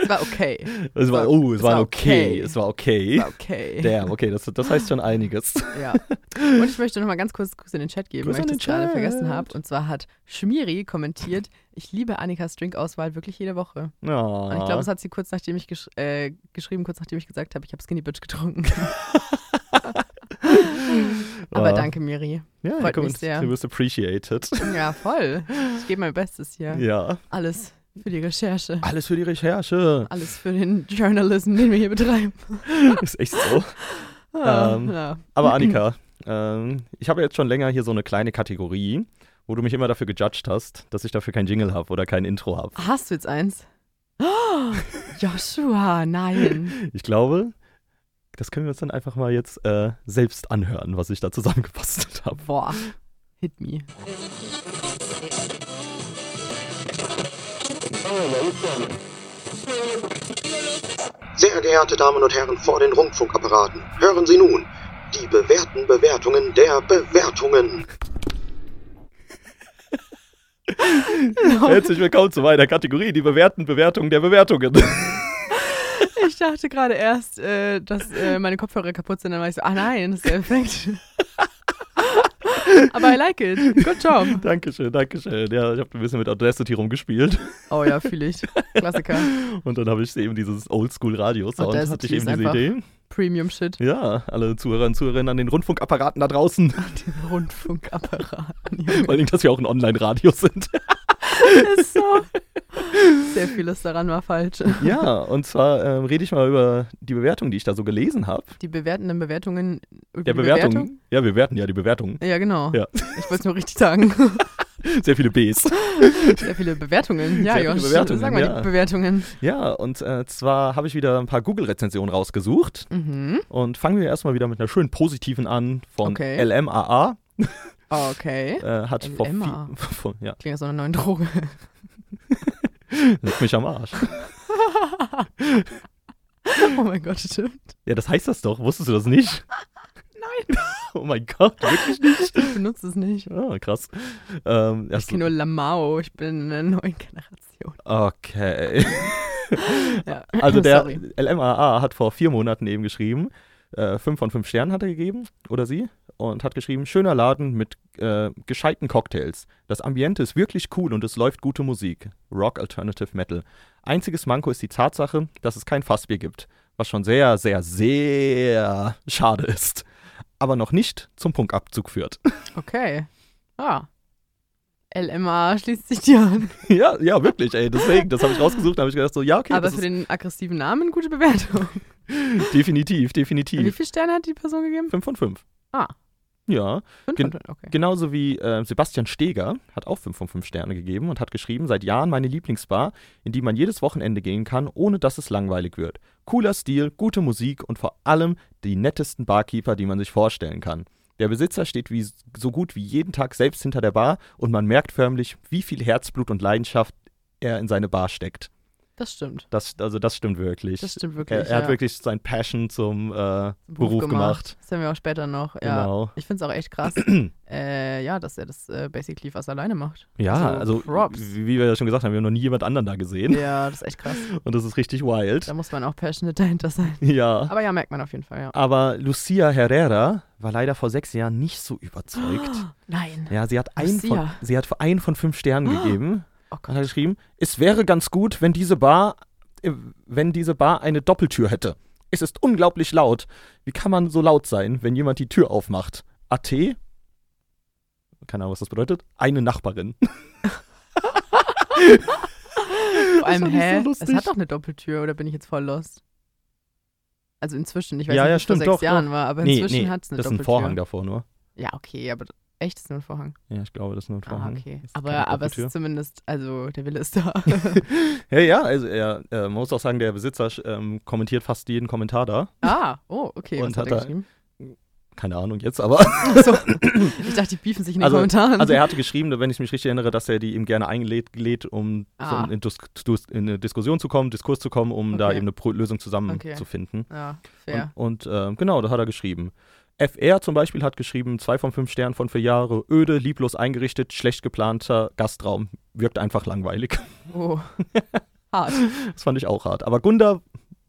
es war okay. es war, oh, es, war okay. es war Es okay. war okay. Damn, okay, das, das heißt schon einiges. Ja. Und ich möchte nochmal ganz kurz Grüße in den Chat geben, Grüße weil ich in das den gerade Chat. vergessen habe. Und zwar hat Schmiri kommentiert, ich liebe Annikas Drinkauswahl wirklich jede Woche. Ja. Und ich glaube, das hat sie kurz nachdem ich gesch äh, geschrieben, kurz nachdem ich gesagt habe, ich habe Skinny Bitch getrunken. Aber Ja. danke, Miri. ja, freut komm, mich sehr. Du wirst appreciated. Ja, voll. Ich gebe mein Bestes hier. Ja. Alles für die Recherche. Alles für die Recherche. Alles für den Journalism, den wir hier betreiben. Ist echt so. Ah, Ähm, ja. Aber Annika, ähm, ich habe jetzt schon länger hier so eine kleine Kategorie, wo du mich immer dafür gejudged hast, dass ich dafür kein Jingle habe oder kein Intro habe. Hast du jetzt eins? Oh, Joshua, nein. Ich glaube, das können wir uns dann einfach mal jetzt äh, selbst anhören, was ich da zusammengebastelt habe. Boah, hit me. Sehr geehrte Damen und Herren vor den Rundfunkapparaten, hören Sie nun die bewährten Bewertungen der Bewertungen. Herzlich willkommen zu meiner Kategorie, die bewährten Bewertungen der Bewertungen. Ich dachte gerade erst, äh, dass äh, meine Kopfhörer kaputt sind. Dann war ich so, ah nein, das ist perfekt. Aber I like it. Good job. Dankeschön, Dankeschön. Ja, ich habe ein bisschen mit Audacity rumgespielt. Oh ja, fühle ich. Klassiker. Und dann habe ich eben dieses Oldschool-Radio-Sound. Audacity Hatte ich eben ist diese einfach- Idee. Premium-Shit. Ja, alle Zuhörer und Zuhörerinnen an den Rundfunkapparaten da draußen. Den Rundfunkapparat. Vor allem, dass wir auch ein Online-Radio sind. ist so. Sehr vieles daran war falsch. Ja, und zwar ähm, rede ich mal über die Bewertung, die ich da so gelesen habe. Die bewertenden Bewertungen. über Ja, die Bewertung. Ja, wir werten ja die Bewertungen. Ja, genau. Ja. Ich wollte es nur richtig sagen. Sehr viele Bs. Sehr viele Bewertungen. Ja, Sehr viele Josh, Bewertungen, sag mal ja. die Bewertungen. Ja, und äh, zwar habe ich wieder ein paar Google-Rezensionen rausgesucht. Mhm. Und fangen wir erstmal wieder mit einer schönen positiven an von Okay. LMAA. Okay. Äh, hat vor LMAA. vi- vor- ja, Klingt nach so einer neuen Droge. leck mich am Arsch. Oh mein Gott, stimmt. Ja, das heißt das doch. Wusstest du das nicht? Nein, Oh mein Gott, wirklich nicht? ich benutze es nicht. Ah, krass. Ähm, Ich kenne nur Lamao, ich bin in einer neuen Generation. okay. Ja. Also der Sorry. LMAA hat vor vier Monaten eben geschrieben, äh, fünf von fünf Sternen hat er gegeben, oder sie, und hat geschrieben, schöner Laden mit äh, gescheiten Cocktails. Das Ambiente ist wirklich cool und es läuft gute Musik. Rock Alternative Metal. Einziges Manko ist die Tatsache, dass es kein Fassbier gibt, was schon sehr, sehr, sehr schade ist. Aber noch nicht zum Punktabzug führt. Okay. Ah. LMA schließt sich dir an. ja, ja, wirklich, ey. Deswegen, das habe ich rausgesucht, da habe ich gedacht, so, ja, okay, Aber das für ist den aggressiven Namen gute Bewertung. definitiv, Wie definitiv. viele Sterne hat die Person gegeben? Fünf von fünf. Ah. Ja. Fünf Gen- von fünf, okay. Genauso wie äh, Sebastian Steger hat auch 5 von 5 Sterne gegeben und hat geschrieben, seit Jahren meine Lieblingsbar, in die man jedes Wochenende gehen kann, ohne dass es langweilig wird. Cooler Stil, gute Musik und vor allem die nettesten Barkeeper, die man sich vorstellen kann. Der Besitzer steht wie, so gut wie jeden Tag selbst hinter der Bar und man merkt förmlich, wie viel Herzblut und Leidenschaft er in seine Bar steckt. Das stimmt. Das, also das stimmt wirklich. Das stimmt wirklich. er, er hat ja. wirklich sein Passion zum äh, Beruf, gemacht. Das haben wir auch später noch. Ja. Genau. Ich finde es auch echt krass, äh, ja, dass er das äh, basically fast alleine macht. Ja, Also, also, Props. wie wie wir ja schon gesagt haben, wir haben noch nie jemand anderen da gesehen Ja, das ist echt krass. und das ist richtig wild. Da muss man auch passionate dahinter sein. Ja. Aber ja, merkt man auf jeden Fall, ja. Aber Lucia Herrera war leider vor sechs Jahren nicht so überzeugt. Nein. Ja, sie hat, ein von, Lucia. sie hat für einen von fünf Sternen gegeben Oh und hat Gott. geschrieben, es wäre ganz gut, wenn diese Bar, äh, wenn diese Bar eine Doppeltür hätte. Es ist unglaublich laut. Wie kann man so laut sein, wenn jemand die Tür aufmacht? AT? Keine Ahnung, was das bedeutet. Eine Nachbarin. Vor allem, fand ich so hä? es lustig. hat doch eine Doppeltür, oder bin ich jetzt voll lost? Also inzwischen, ich weiß Ja, nicht, ja, wie es vor stimmt, sechs doch, doch. Jahren war, aber inzwischen hat es eine das ist ein Doppeltür. Vorhang davor nur. Ja, okay, aber echt ist nur ein Vorhang. Ja, ich glaube, das ist nur ein Vorhang. Ah, okay. Das ist keine Aber, aber es Doppeltür. ist zumindest, also der Wille ist da. ja, ja, also er, äh, man muss auch sagen, der Besitzer ähm, kommentiert fast jeden Kommentar da. ah, oh, okay. was hat Und hat er er- geschrieben? Keine Ahnung jetzt, aber. Achso. Ich dachte, die beefen sich in den Also, Kommentaren. also er hatte geschrieben, wenn ich mich richtig erinnere, dass er die ihm gerne einlädt, lädt, um Ah. so in, Dus- Dus- in eine Diskussion zu kommen, Diskurs zu kommen, um da Okay. eben eine Pro Lösung Okay. zusammenzufinden. ja, fair. Und, und ähm, genau, da hat er geschrieben. FR zum Beispiel hat geschrieben, zwei von fünf Sternen von vier Jahre, öde, lieblos eingerichtet, schlecht geplanter Gastraum, wirkt einfach langweilig. Oh. Hart. Das fand ich auch hart. Aber Gunda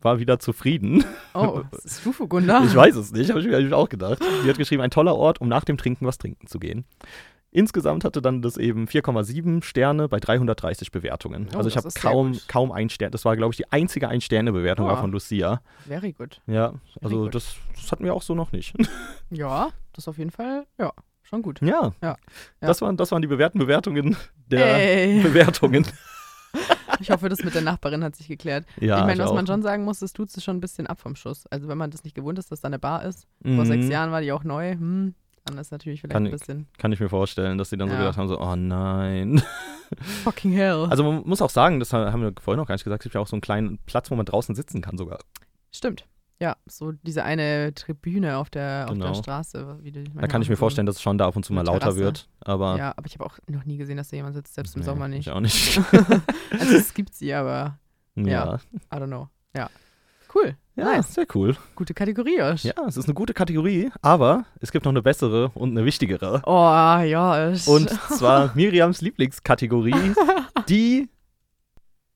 war wieder zufrieden. Oh, das ist Stufe Gunda. Ich weiß es nicht, habe ich mir eigentlich auch gedacht. Sie hat geschrieben, ein toller Ort, um nach dem Trinken was trinken zu gehen. Insgesamt hatte dann das eben 4,7 Sterne bei 330 Bewertungen. Oh, also ich das habe ist sehr kaum, gut. kaum ein Stern. Das war, glaube ich, die einzige Ein-Sterne-Bewertung war Ja. von Lucia. Very good. Ja, also gut. das, das hatten wir auch so noch nicht. Ja, das auf jeden Fall, ja, schon gut. ja. Ja. Das, waren, das waren die bewährten Bewertungen der Ey, Bewertungen. ich hoffe, das mit der Nachbarin hat sich geklärt. Ja, ich meine, was auch. man schon sagen muss, das tut sie schon ein bisschen ab vom Schuss. Also wenn man das nicht gewohnt ist, dass da eine Bar ist. Vor sechs Mhm. Jahren war die auch neu. Hm, dann ist natürlich vielleicht Kann- ein bisschen Kann ich mir vorstellen, dass sie dann so Ja. gedacht haben, so, oh nein. fucking hell. Also man muss auch sagen, das haben wir vorhin noch gar nicht gesagt, es gibt ja auch so einen kleinen Platz, wo man draußen sitzen kann sogar. Stimmt. Ja, so diese eine Tribüne auf der, auf Genau. der Straße. Wie die, Da kann ich mir vorstellen, dass es schon da ab und zu mal mhm. Eine lauter Terrasse. wird. Aber Ja, aber ich habe auch noch nie gesehen, dass da jemand sitzt, selbst im Nee, Sommer nicht. Ich auch nicht. Also es gibt sie, aber ja. Ja. Ja. I don't know. Ja. Cool. Nice. sehr cool. Gute Kategorie, Josh. Ja, es ist eine gute Kategorie, aber es gibt noch eine bessere und eine wichtigere. Oh, Josh. Und zwar Miriams Lieblingskategorie, die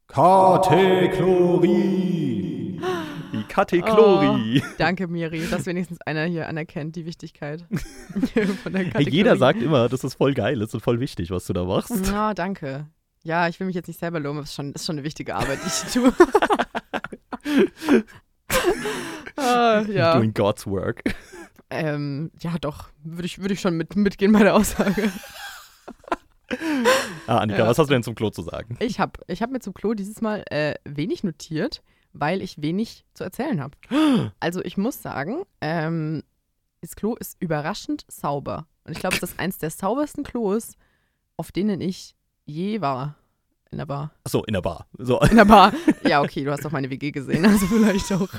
Kategorie. Kategorie. Danke, Miri, dass wenigstens einer hier anerkennt die Wichtigkeit von der Hey, Kategorie. jeder sagt immer, das ist voll geil, das ist voll wichtig, was du da machst. Na, danke. Ja, ich will mich jetzt nicht selber loben, aber es ist schon, ist schon eine wichtige Arbeit, die ich tue. ah, ja. Doing God's work. Ähm, ja, doch, würde ich, würde ich schon mit, mitgehen bei der Aussage. Ah, Annika, Ja. was hast du denn zum Klo zu sagen? Ich habe ich hab mir zum Klo dieses Mal äh, wenig notiert, weil ich wenig zu erzählen habe. Also ich muss sagen, ähm, das Klo ist überraschend sauber. Und ich glaube, es ist eins der saubersten Klos, auf denen ich je war. In der Bar. Achso, in der Bar. So. In der Bar. Ja, okay, du hast doch meine WG gesehen, also vielleicht auch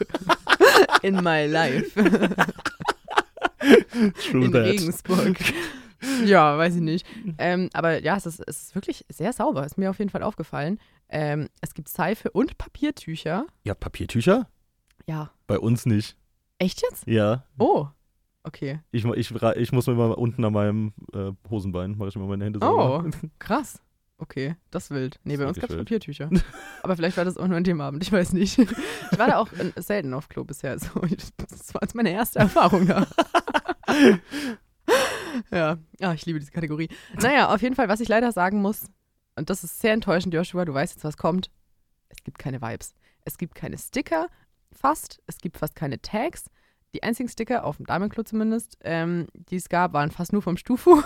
in my life. True in that. Mhm. Regensburg. ja, weiß ich nicht. Ähm, aber ja, es ist, es ist wirklich sehr sauber, ist mir auf jeden Fall aufgefallen. Ähm, es gibt Seife und Papiertücher. Ja, Papiertücher? Ja. Bei uns nicht. Echt jetzt? Ja. Oh. Okay. Ich, mu- ich, ra- ich muss mir immer unten an meinem äh, Hosenbein, mache ich immer meine Hände Oh, sauber. krass. Okay, das ist wild. Nee, Das bei ist uns gab es wirklich Papiertücher. Aber vielleicht war das auch nur an dem Abend, ich weiß nicht. Ich war da auch äh, selten auf Klo bisher. Also, das war jetzt meine erste Erfahrung da. ja. ja, ich liebe diese Kategorie. Naja, auf jeden Fall, was ich leider sagen muss, und das ist sehr enttäuschend, Joshua, du weißt jetzt, was kommt. Es gibt keine Vibes. Es gibt keine Sticker, fast. Es gibt fast keine Tags. Die einzigen Sticker, auf dem Damenklo zumindest, ähm, die es gab, waren fast nur vom Stufu.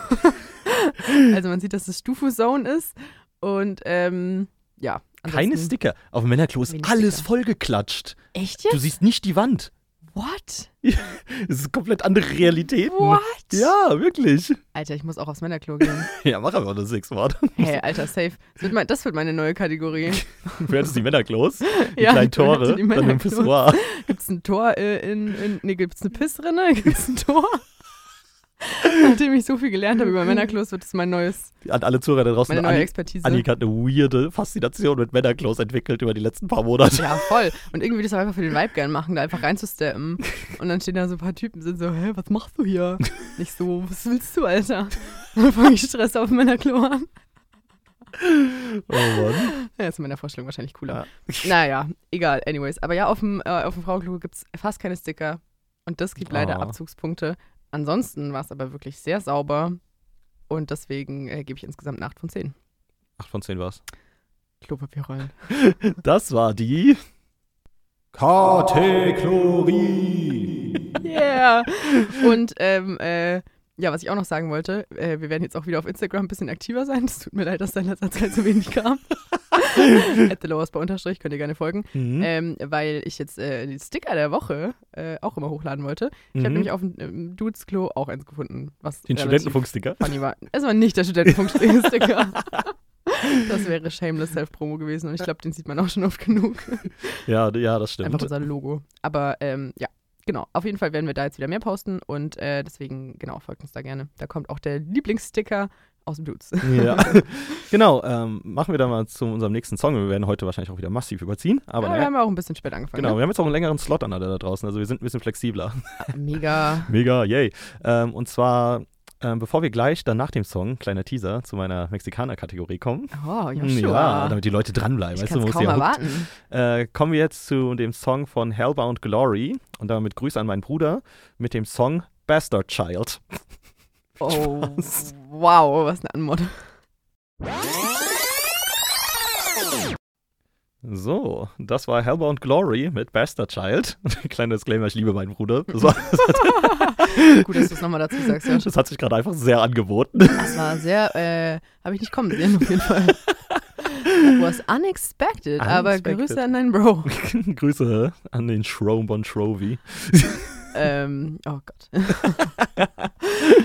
also man sieht, dass es Stufu-Zone ist. Und ähm, ja. Keine ansonsten- Sticker. Auf dem Männerklo ist Wenig alles Sticker. vollgeklatscht. Echt Du jetzt? siehst nicht die Wand. What? Es ist komplett andere Realitäten. What? Hm. Ja, wirklich. Alter, ich muss auch aufs Männerklo gehen. Ja, mach einfach das Sexwort. Hey, Alter, safe. Das wird, mein, das wird meine neue Kategorie. Du hättest die Männerklos, die Ja, kleinen du hättest Tore, die dann ein Männerklos. Pissoir. Gibt's ein Tor äh, in, in. Nee, gibt's eine Pissrinne? Gibt's ein Tor? Nachdem ich so viel gelernt habe über Männerklos, wird es mein neues, An alle Zuhörer da draußen. meine neue Anni- Expertise. Annika hat eine weirde Faszination mit Männerklos entwickelt über die letzten paar Monate. Ja, voll. Und irgendwie das auch einfach für den Vibe gern machen, da einfach reinzusteppen. Und dann stehen da so ein paar Typen, sind so, hä, was machst du hier? Nicht so, was willst du, Alter? Dann fange ich Stress auf meiner Klo an. Oh Mann. Ja, ist in meiner Vorstellung wahrscheinlich cooler. Ja. Naja, egal, anyways. Aber ja, auf dem, äh, auf dem Frauenklo gibt es fast keine Sticker. Und das gibt leider Ah. Abzugspunkte. Ansonsten war es aber wirklich sehr sauber. Und deswegen äh, gebe ich insgesamt eine 8 von 10. 8 von 10 war's. Klopapierrollen. Das war die Kategorie. Yeah! Und ähm, äh, ja, was ich auch noch sagen wollte, äh, wir werden jetzt auch wieder auf Instagram ein bisschen aktiver sein. Es tut mir leid, dass da in letzter Zeit so wenig kam. At the lowest bei Unterstrich, könnt ihr gerne folgen. Mhm. Ähm, weil ich jetzt äh, die Sticker der Woche äh, auch immer hochladen wollte. Ich habe Mhm. nämlich auf dem ähm, Dudes-Klo auch eins gefunden, was Den relativ Studentenfunksticker. funny war. Es war nicht der Studentenfunk-Sticker. das wäre Shameless Self-Promo gewesen und ich glaube, den sieht man auch schon oft genug. Ja, d- ja, das Einfach stimmt. unser Logo. Aber ähm, ja, genau. Auf jeden Fall werden wir da jetzt wieder mehr posten und äh, deswegen, genau, folgt uns da gerne. Da kommt auch der Lieblingssticker aus dem Dudes. Ja. genau, ähm, machen wir dann mal zu unserem nächsten Song. Wir werden heute wahrscheinlich auch wieder massiv überziehen. Aber Aber naja, wir haben ja auch ein bisschen spät angefangen. Genau, wir haben jetzt auch einen längeren Slot an alle da draußen, also wir sind ein bisschen flexibler. Ne? Mega. Mega, yay. Ähm, und zwar, ähm, bevor wir gleich dann nach dem Song, kleiner Teaser, zu meiner Mexikaner-Kategorie kommen. Oh, Ja, Joshua. damit die Leute dranbleiben. ich weißt kann du, es man kaum muss ja hooked erwarten. äh, kommen wir jetzt zu dem Song von Hellbound Glory und damit Grüße an meinen Bruder mit dem Song Bastard Child. Oh, wow, was eine Anmod. So, das war Hellbound Glory mit Bastard Child. Kleiner Disclaimer, ich liebe meinen Bruder. Das, war, Gut, dass du es nochmal dazu sagst, Josh. das hat sich gerade einfach sehr angeboten. Das war sehr, äh, habe ich nicht kommen sehen auf jeden Fall. Was unexpected, aber Unexpected. Grüße an deinen Bro. Grüße an den Shrom Bon Shrovi. ähm, oh Gott.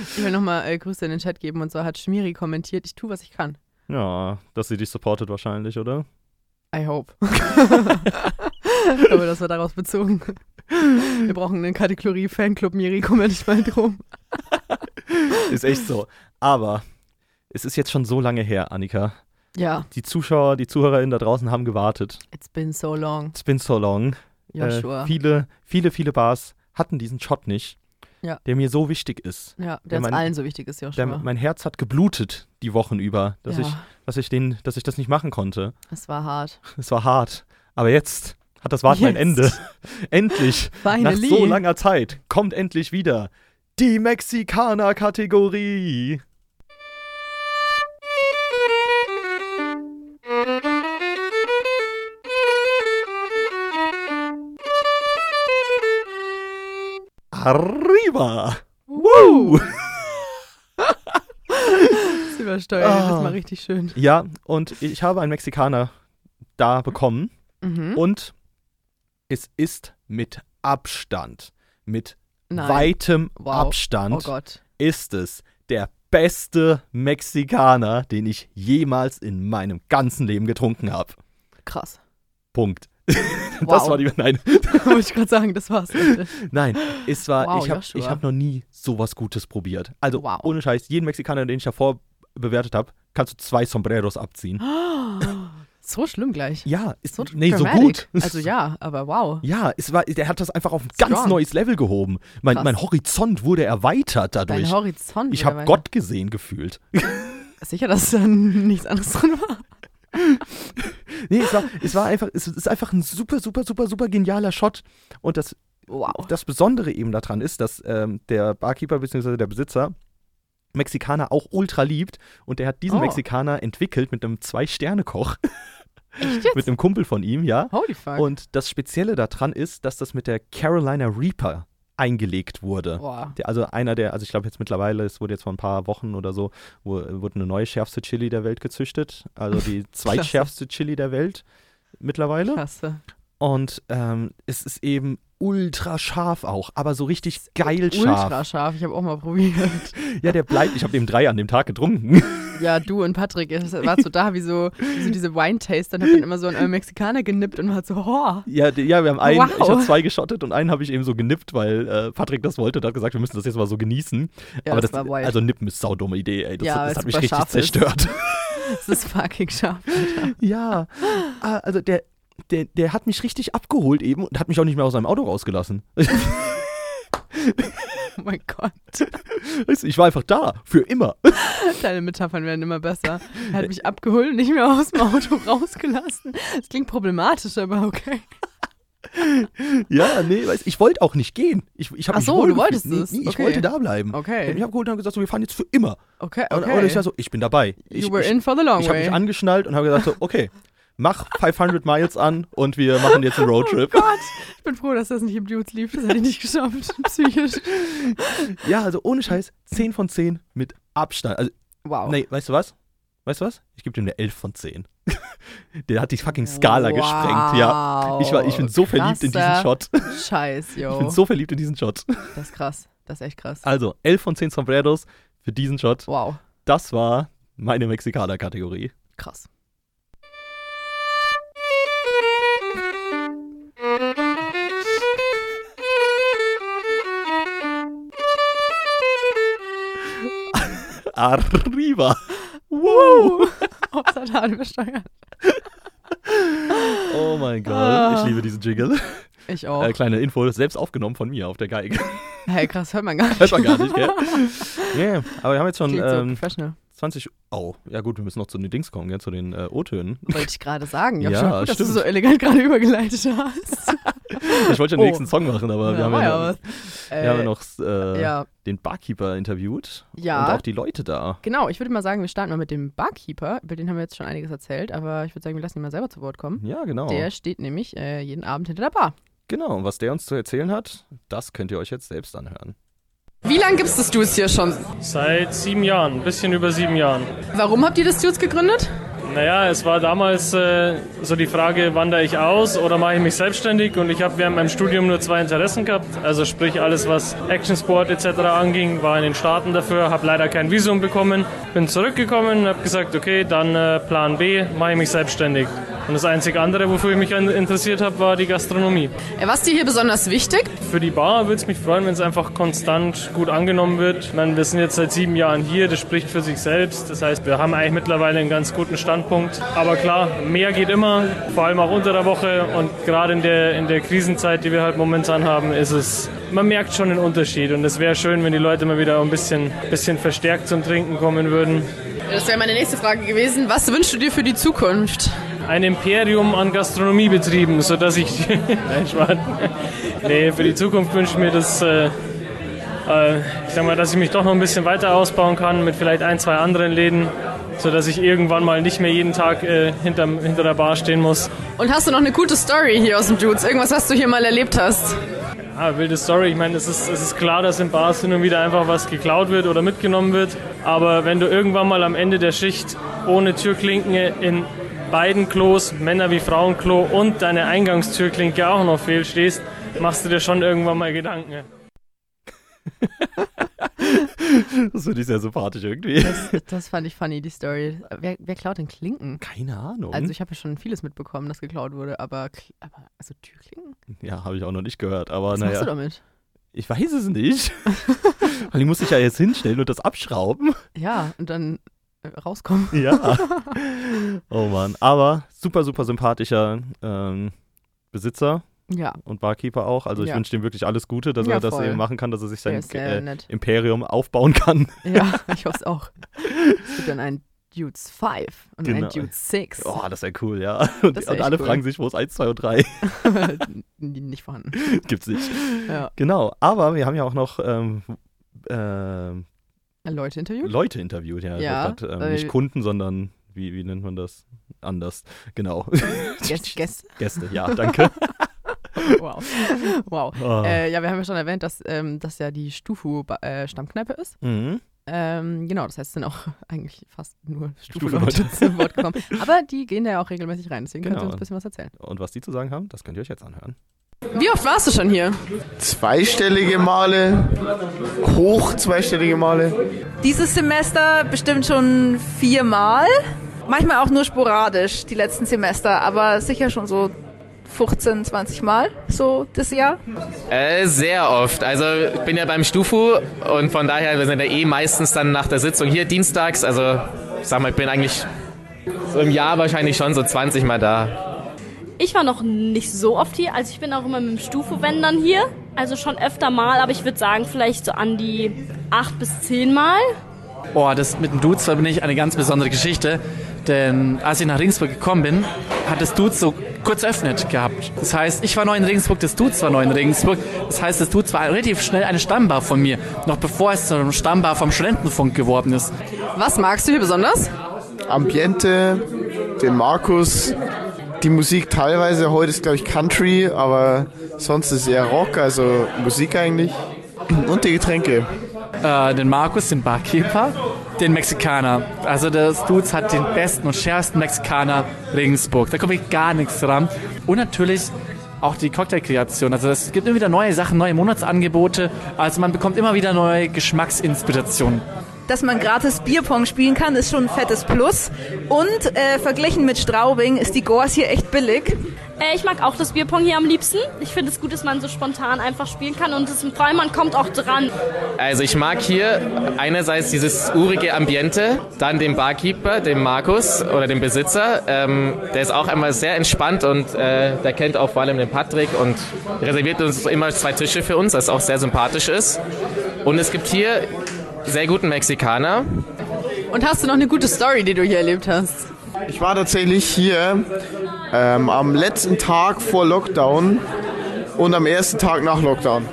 ich will nochmal äh, Grüße in den Chat geben und zwar hat Schmiri kommentiert, ich tue, was ich kann. Ja, dass sie dich supportet wahrscheinlich, oder? I hope. aber das war daraus bezogen. Wir brauchen eine Kategorie Fanclub Miri, komm endlich mal drum. Ist echt so. Aber es ist jetzt schon so lange her, Annika. Ja, Die Zuschauer, die ZuhörerInnen da draußen haben gewartet. it's been so long, It's been so long. Joshua. Äh, viele, viele, viele Bars hatten diesen Shot nicht, Ja. der mir so wichtig ist. ja, der der uns mein- allen so wichtig ist, Joshua. Der, mein Herz hat geblutet die Wochen über, dass, ja, ich, dass, ich den, dass ich das nicht machen konnte. es war hart. Es war hart. Aber jetzt, hat das Warten ein Jetzt. Ende. endlich. Finally. Nach so langer Zeit kommt endlich wieder die Mexikaner-Kategorie. Arriba! Woo! Das ist übersteuert, Ah. das ist mal richtig schön. Ja, und ich habe einen Mexikaner da bekommen. Mhm. Und es ist mit Abstand, mit Nein. weitem Wow. Oh Abstand Gott. ist es der beste Mexikaner, den ich jemals in meinem ganzen Leben getrunken habe. Krass. Punkt. Wow. Das war die. Nein, Wollte ich gerade sagen, das war's. nein. Es war. Wow, ich habe Joshua. ich hab noch nie sowas Gutes probiert. Also Wow. ohne Scheiß, jeden Mexikaner, den ich davor bewertet habe, kannst du zwei Sombreros abziehen. So schlimm gleich. Ja, ist So nee, so gut. dramatic. Also ja, aber wow. Ja, es war, der hat das einfach auf ein ganz Strong. neues Level gehoben. Mein, Krass. mein Horizont wurde erweitert Dein dadurch. Horizont. Ich wieder habe weiter. Gott gesehen gefühlt. Sicher, dass da nichts anderes drin war. Nee, es war, es war einfach, es ist einfach ein super, super, super, super genialer Shot. Und das, Wow. das Besondere eben daran ist, dass ähm, der Barkeeper bzw. der Besitzer Mexikaner auch ultra liebt und der hat diesen Oh. Mexikaner entwickelt mit einem Zwei-Sterne-Koch, Echt jetzt? mit einem Kumpel von ihm, ja. Holy fuck. Und das Spezielle daran ist, dass das mit der Carolina Reaper eingelegt wurde. Boah. Der, also einer der, also ich glaube jetzt mittlerweile, es wurde jetzt vor ein paar Wochen oder so, wo, wurde eine neue schärfste Chili der Welt gezüchtet. Also die zweitschärfste Chili der Welt mittlerweile. Klasse. Und ähm, es ist eben ultra scharf auch, aber so richtig geil scharf. Ultra scharf. Ich habe auch mal probiert. Ja, der bleibt, ich habe dem drei an dem Tag getrunken. Ja, du und Patrick, ihr wart so da wie so, wie so diese Wine-Taster und habt dann immer so an eurem Mexikaner genippt und wart so, oh. ja, die- ja, wir haben einen, Wow. ich habe zwei geschottet und einen habe ich eben so genippt, weil äh, Patrick das wollte und hat gesagt, wir müssen das jetzt mal so genießen. Ja, aber das das, war wild. also nippen ist saudumme Idee, ey. Das, Ja, weil das es hat mich super richtig scharf ist. zerstört. Das ist fucking scharf. Ja, Ah, also der, der, der hat mich richtig abgeholt eben und hat mich auch nicht mehr aus seinem Auto rausgelassen. Oh mein Gott. Weißt du, ich war einfach da, für immer. Deine Metaphern werden immer besser. Er hat mich abgeholt und nicht mehr aus dem Auto rausgelassen. Das klingt problematisch, aber okay. Ja, nee, weißt, du, ich wollte auch nicht gehen. Ich, ich hab Ach mich so, wohl du gefühlt. wolltest nee, es. Nee, ich Okay. wollte da bleiben. Okay. Ich habe geholt und hab gesagt, so, wir fahren jetzt für immer. Okay, Und, und ich war okay. so, ich bin dabei. Ich, You were ich, in eh. for the long ich habe mich way. angeschnallt und habe gesagt so, okay, mach 500 Miles an und wir machen jetzt einen Roadtrip. Gott, ich bin froh, dass das nicht im Dudes lief. Das hätte ich nicht geschafft, psychisch. ja, also ohne Scheiß, 10 von 10 mit Abstand. Also Wow. Nee, weißt du was? Weißt du was? Ich gebe dem eine 11 von 10. Der hat die fucking Skala gesprengt, ja. Ich, war, ich bin so verliebt in diesen Krasser Shot. Scheiß, Ich yo. bin so verliebt in diesen Shot. das ist krass. Das ist echt krass. Also, 11 von 10 Sombreros für diesen Shot. Wow. Das war meine Mexikaner-Kategorie. Krass. Arriba! Wow! Oh, das hat übersteuert. Oh mein Gott, Ah. ich liebe diesen Jingle. Ich auch. Äh, kleine Info, selbst aufgenommen von mir auf der Geige. Hey, krass, hört man gar nicht. Hört man gar nicht, gell? Yeah, aber wir haben jetzt schon Klingt so ähm, professional. 20. Oh, ja gut, wir müssen noch zu den Dings kommen, gell? zu den äh, O-Tönen. Wollte ich gerade sagen. Ja, Ja, schon gut, dass du stimmt. so elegant gerade übergeleitet hast. Ich wollte schon den Oh. nächsten Song machen, aber wir haben war ja, ja noch- was. Wir haben ja Äh, noch äh, ja. den Barkeeper interviewt Ja. und auch die Leute da. Genau, ich würde mal sagen, wir starten mal mit dem Barkeeper. Über den haben wir jetzt schon einiges erzählt, aber ich würde sagen, wir lassen ihn mal selber zu Wort kommen. Ja, genau. Der steht nämlich äh, jeden Abend hinter der Bar. Genau, und was der uns zu erzählen hat, das könnt ihr euch jetzt selbst anhören. Wie lange gibt es das Dudes hier schon? Seit sieben Jahren, ein bisschen über sieben Jahren. Warum habt ihr das Dudes gegründet? Naja, es war damals äh, so die Frage, wandere ich aus oder mache ich mich selbstständig? Und ich habe während meinem Studium nur zwei Interessen gehabt. Also sprich alles, was Actionsport etc. anging, war in den Staaten dafür, habe leider kein Visum bekommen, bin zurückgekommen und habe gesagt, okay, dann äh, Plan B, mache ich mich selbstständig. Und das einzige andere, wofür ich mich an- interessiert habe, war die Gastronomie. Äh, Was dir hier besonders wichtig? Für die Bar würde es mich freuen, wenn es einfach konstant gut angenommen wird. Ich meine, wir sind jetzt seit sieben Jahren hier, das spricht für sich selbst. Das heißt, wir haben eigentlich mittlerweile einen ganz guten Standpunkt. Aber klar, mehr geht immer, vor allem auch unter der Woche. Und gerade in der, in der Krisenzeit, die wir halt momentan haben, ist es, man merkt schon den Unterschied. Und es wäre schön, wenn die Leute mal wieder ein bisschen, bisschen verstärkt zum Trinken kommen würden. Das wäre meine nächste Frage gewesen. Was wünschst du dir für die Zukunft? ein Imperium an Gastronomie betrieben, sodass ich. Nein, Schwan. nee, für die Zukunft wünsche ich mir das. Äh, äh, ich sag mal, dass ich mich doch noch ein bisschen weiter ausbauen kann mit vielleicht ein, zwei anderen Läden, sodass ich irgendwann mal nicht mehr jeden Tag äh, hinterm, hinter der Bar stehen muss. Und hast du noch eine gute Story hier aus dem Dudes? Irgendwas, was du hier mal erlebt hast? Ah, wilde Story. Ich meine, es ist, es ist klar, dass in Bars hin und wieder einfach was geklaut wird oder mitgenommen wird. Aber wenn du irgendwann mal am Ende der Schicht ohne Türklinken in beiden Klos, Männer- wie Frauenklo und deine Eingangstürklinke auch noch fehl stehst, machst du dir schon irgendwann mal Gedanken. Das finde ich sehr sympathisch irgendwie. Das, das fand ich funny, die Story. Wer, wer klaut denn Klinken? Keine Ahnung. Also ich habe ja schon vieles mitbekommen, das geklaut wurde, aber, Kl- aber also Türklinken? ja, habe ich auch noch nicht gehört, aber Was machst du naja. damit? Ich weiß es nicht. Weil ich muss ich ja jetzt hinstellen und das abschrauben. Ja, und dann äh, rauskommen. Ja. Oh Mann. Aber super, super sympathischer ähm, Besitzer Ja, und Barkeeper auch. Also ich Ja. wünsche ihm wirklich alles Gute, dass Ja, er das voll. eben machen kann, dass er sich der sein ist sehr äh, nett. Imperium aufbauen kann. Ja, ich hoffe es auch. Es gibt dann einen Dudes 5 und Genau. einen Dudes 6. Oh, das wäre cool, ja. Und, Das wär und echt alle cool. fragen sich, wo ist 1, 2 und 3? Nicht vorhanden. Gibt's nicht. Ja. Genau. Aber wir haben ja auch noch ähm, ähm, Leute interviewt? Leute interviewt, ja. Hm? Ja, Grad, ähm, weil- nicht Kunden, sondern wie, wie nennt man das? Anders. Genau. Gäste. Gäste. Gäste, ja, danke. Wow. wow. Oh. Äh, ja, wir haben ja schon erwähnt, dass ähm, das ja die Stufu-Stammkneipe ist. Mhm. Ähm, genau, das heißt, es sind auch eigentlich fast nur Stufe-Leute. Stufe-Leute zu Wort gekommen. Aber die gehen da ja auch regelmäßig rein, deswegen können sie Genau. uns ein bisschen was erzählen. Und was die zu sagen haben, das könnt ihr euch jetzt anhören. Wie oft warst du schon hier? zweistellige Male, hoch zweistellige Male. Dieses Semester bestimmt schon viermal. Manchmal auch nur sporadisch, die letzten Semester, aber sicher schon so 15, 20 Mal so das Jahr. Äh, sehr oft. Also ich bin ja beim Stufu und von daher, wir sind ja eh meistens dann nach der Sitzung hier dienstags. Also ich sag mal, ich bin eigentlich so im Jahr wahrscheinlich schon so 20 Mal da. Ich war noch nicht so oft hier, also ich bin auch immer mit dem Stufewendern dann hier. Also schon öfter mal, aber ich würde sagen, vielleicht so an die acht bis zehn Mal. Boah, das mit dem Dudes verbinde ich eine ganz besondere Geschichte, denn als ich nach Regensburg gekommen bin, hat das Dudes so kurz eröffnet gehabt. Das heißt, ich war neu in Regensburg, das Dudes war neu in Regensburg. Das heißt, das Dudes war relativ schnell eine Stammbar von mir, noch bevor es zu einem Stammbar vom Studentenfunk geworden ist. Was magst du hier besonders? Ambiente, den Markus, die Musik teilweise, heute ist glaube ich Country, aber sonst ist eher Rock, also Musik eigentlich. Und die Getränke. Äh, den Markus, den Barkeeper, den Mexikaner. Also das Dudes hat den besten und schärfsten Mexikaner Regensburg. Da komme ich gar nichts dran. Und natürlich auch die Cocktailkreation. Also es gibt immer wieder neue Sachen, neue Monatsangebote. Also man bekommt immer wieder neue Geschmacksinspirationen. Dass man gratis Bierpong spielen kann, ist schon ein fettes Plus. Und äh, verglichen mit Straubing ist die Gors hier echt billig. Äh, ich mag auch das Bierpong hier am liebsten. Ich finde es gut, dass man so spontan einfach spielen kann und es, vor allem man kommt auch dran. Also ich mag hier einerseits dieses urige Ambiente, dann den Barkeeper, den Markus oder den Besitzer. Ähm, der ist auch immer sehr entspannt und äh, der kennt auch vor allem den Patrick und reserviert uns immer zwei Tische für uns, was auch sehr sympathisch ist. Und es gibt hier sehr guten Mexikaner, Und hast du noch eine gute Story, die du hier erlebt hast? Ich war tatsächlich hier ähm, am letzten Tag vor Lockdown und am ersten Tag nach Lockdown.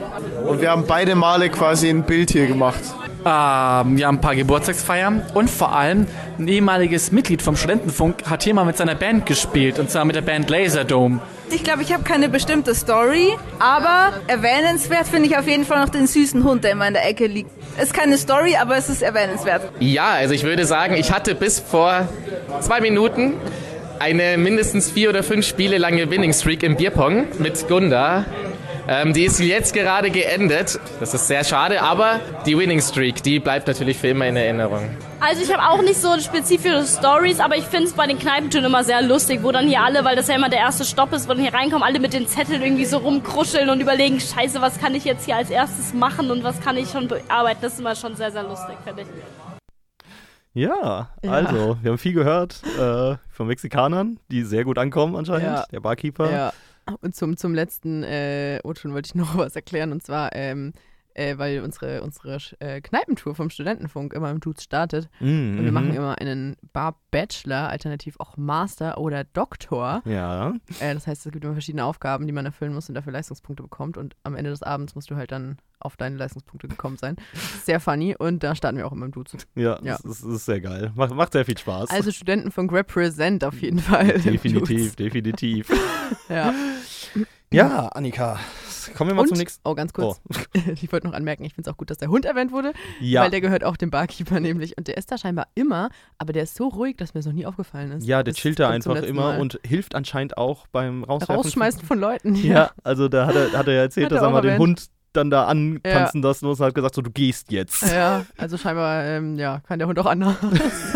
Und wir haben beide Male quasi ein Bild hier gemacht. Ähm, wir haben ein paar Geburtstagsfeiern und vor allem ein ehemaliges Mitglied vom Studentenfunk hat hier mal mit seiner Band gespielt und zwar mit der Band Laserdome. Ich glaube, ich habe keine bestimmte Story, aber erwähnenswert finde ich auf jeden Fall noch den süßen Hund, der immer in der Ecke liegt. Ist keine Story, aber es ist erwähnenswert. Ja, also ich würde sagen, ich hatte bis vor zwei Minuten eine mindestens vier oder fünf Spiele lange Winning Streak im Bierpong mit Gunda. Ähm, die ist jetzt gerade geendet. Das ist sehr schade, aber die Winning Streak, die bleibt natürlich für immer in Erinnerung. Also ich habe auch nicht so spezifische Stories, aber ich finde es bei den Kneipentüren immer sehr lustig, wo dann hier alle, weil das ja immer der erste Stopp ist, wo dann hier reinkommen, alle mit den Zetteln irgendwie so rumkruscheln und überlegen, scheiße, was kann ich jetzt hier als erstes machen und was kann ich schon bearbeiten. Das ist immer schon sehr, sehr lustig, finde ich. Ja, Ja. also, wir haben viel gehört äh, von Mexikanern, die sehr gut ankommen anscheinend. Ja. Der Barkeeper. Und zum, zum letzten äh, O-Ton wollte ich noch was erklären. Und zwar ähm, äh, weil unsere, unsere äh, Kneipentour vom Studentenfunk immer im Dudes startet. Mhm, und wir mhm. machen immer einen Bar-Bachelor, alternativ auch Master oder Doktor. Ja. Äh, das heißt, es gibt immer verschiedene Aufgaben, die man erfüllen muss und dafür Leistungspunkte bekommt. Und am Ende des Abends musst du halt dann auf deine Leistungspunkte gekommen sein. Sehr funny. Und da starten wir auch immer im Dudes. Ja, Ja. Das, das ist sehr geil. Macht, macht sehr viel Spaß. Also Studentenfunk represent auf jeden Fall. im definitiv, Dudes. definitiv. Ja. ja, Annika. Kommen wir mal und, zum nächsten. Oh, ganz kurz. Ich wollte noch anmerken, ich finde es auch gut, dass der Hund erwähnt wurde, Ja. weil der gehört auch dem Barkeeper nämlich. Und der ist da scheinbar immer, aber der ist so ruhig, dass mir das noch nie aufgefallen ist. Ja, der Das chillt da kommt zum einfach letzten immer Mal. und hilft anscheinend auch beim Rauswerfen. Rausschmeißen von Leuten. Ja, also da hat er, hat er ja erzählt, Hat er dass er auch mal den erwähnt. Hund dann da antanzen Ja. lassen muss und hat gesagt, so du gehst jetzt. Ja, also scheinbar ähm, ja, kann der Hund auch anders,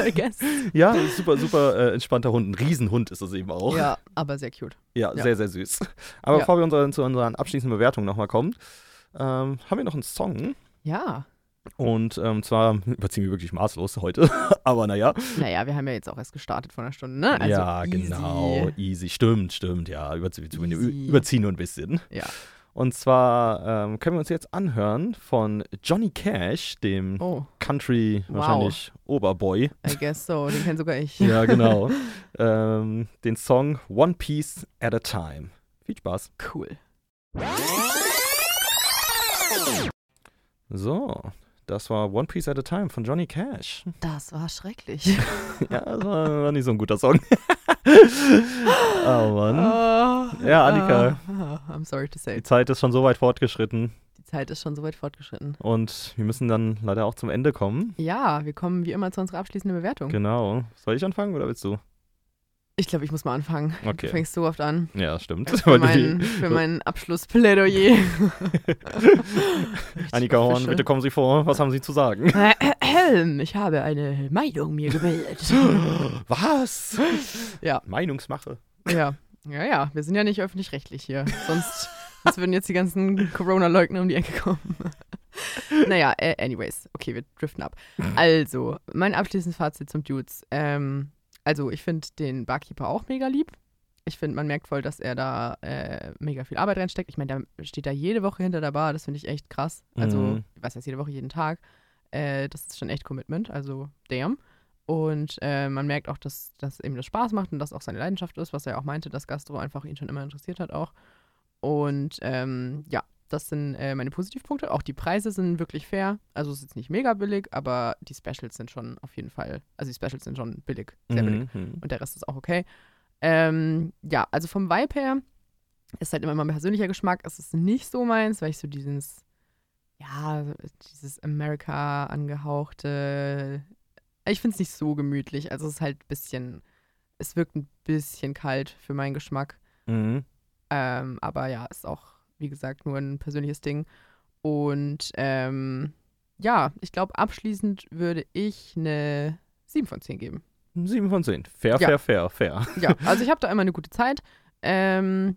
I guess. Ja, super, super äh, entspannter Hund. Ein Riesenhund ist es eben auch. Ja, aber sehr cute. Ja, Ja. sehr, sehr süß. Aber Ja. bevor wir unseren, zu unseren abschließenden Bewertungen nochmal kommen, ähm, haben wir noch einen Song. Ja. Und ähm, zwar überziehen wir wirklich maßlos heute, aber naja. Naja, wir haben ja jetzt auch erst gestartet vor einer Stunde, ne? Also ja, easy. genau, easy. Stimmt, stimmt, ja. Überziehen, Easy. überziehen nur ein bisschen. Ja. Und zwar ähm, können wir uns jetzt anhören von Johnny Cash, dem Oh. Country Wow. wahrscheinlich Oberboy. I guess so, den kennt sogar ich. Ja, genau. ähm, den Song One Piece at a Time. Viel Spaß. Cool. So, das war One Piece at a Time von Johnny Cash. Das war schrecklich. Ja, das war, war nicht so ein guter Song. oh Mann. Ah, Ja, Annika. ah, ah, I'm sorry to say. Die Zeit ist schon so weit fortgeschritten Die Zeit ist schon so weit fortgeschritten. und wir müssen dann leider auch zum Ende kommen. Ja, wir kommen wie immer zu unserer abschließenden Bewertung. Genau. Soll ich anfangen oder willst du? Ich glaube, ich muss mal anfangen. Du Okay. fängst so oft an. Ja, stimmt. Für Weil du meinen, die- für meinen Abschlussplädoyer. Annika Horn, Fische. bitte kommen Sie vor. Was haben Sie zu sagen? Ahem, Äh, ich habe eine Meinung mir gebildet. Was? Ja. Meinungsmache. ja, ja, ja. Wir sind ja nicht öffentlich-rechtlich hier. Sonst, sonst würden jetzt die ganzen Corona-Leugner um die Ecke kommen. naja, äh, anyways. Okay, wir driften ab. Also, mein abschließendes Fazit zum Dudes. Ähm, also, ich finde den Barkeeper auch mega lieb. Ich finde, man merkt voll, dass er da äh, mega viel Arbeit reinsteckt. Ich meine, der steht da jede Woche hinter der Bar. Das finde ich echt krass. Also, Mhm. was heißt jede Woche, jeden Tag. Äh, das ist schon echt Commitment. Also, damn. Und äh, man merkt auch, dass, dass ihm das Spaß macht und dass auch seine Leidenschaft ist, was er auch meinte, dass Gastro einfach ihn schon immer interessiert hat auch. Und ähm, ja, das sind äh, meine Positivpunkte. Auch die Preise sind wirklich fair. Also es ist jetzt nicht mega billig, aber die Specials sind schon auf jeden Fall, also die Specials sind schon billig, sehr billig. Mhm. Und der Rest ist auch okay. Ähm, ja, also vom Vibe her ist halt immer mein persönlicher Geschmack. Es ist nicht so meins, weil ich so dieses, ja, dieses America angehauchte. Ich finde es nicht so gemütlich. Also es ist halt ein bisschen, es wirkt ein bisschen kalt für meinen Geschmack. Mhm. Ähm, aber ja, ist auch, wie gesagt, nur ein persönliches Ding. Und ähm, ja, ich glaube, abschließend würde ich eine 7 von 10 geben. 7 von 10. Fair, Ja. fair, fair, fair. Ja, also ich habe da immer eine gute Zeit. Ähm,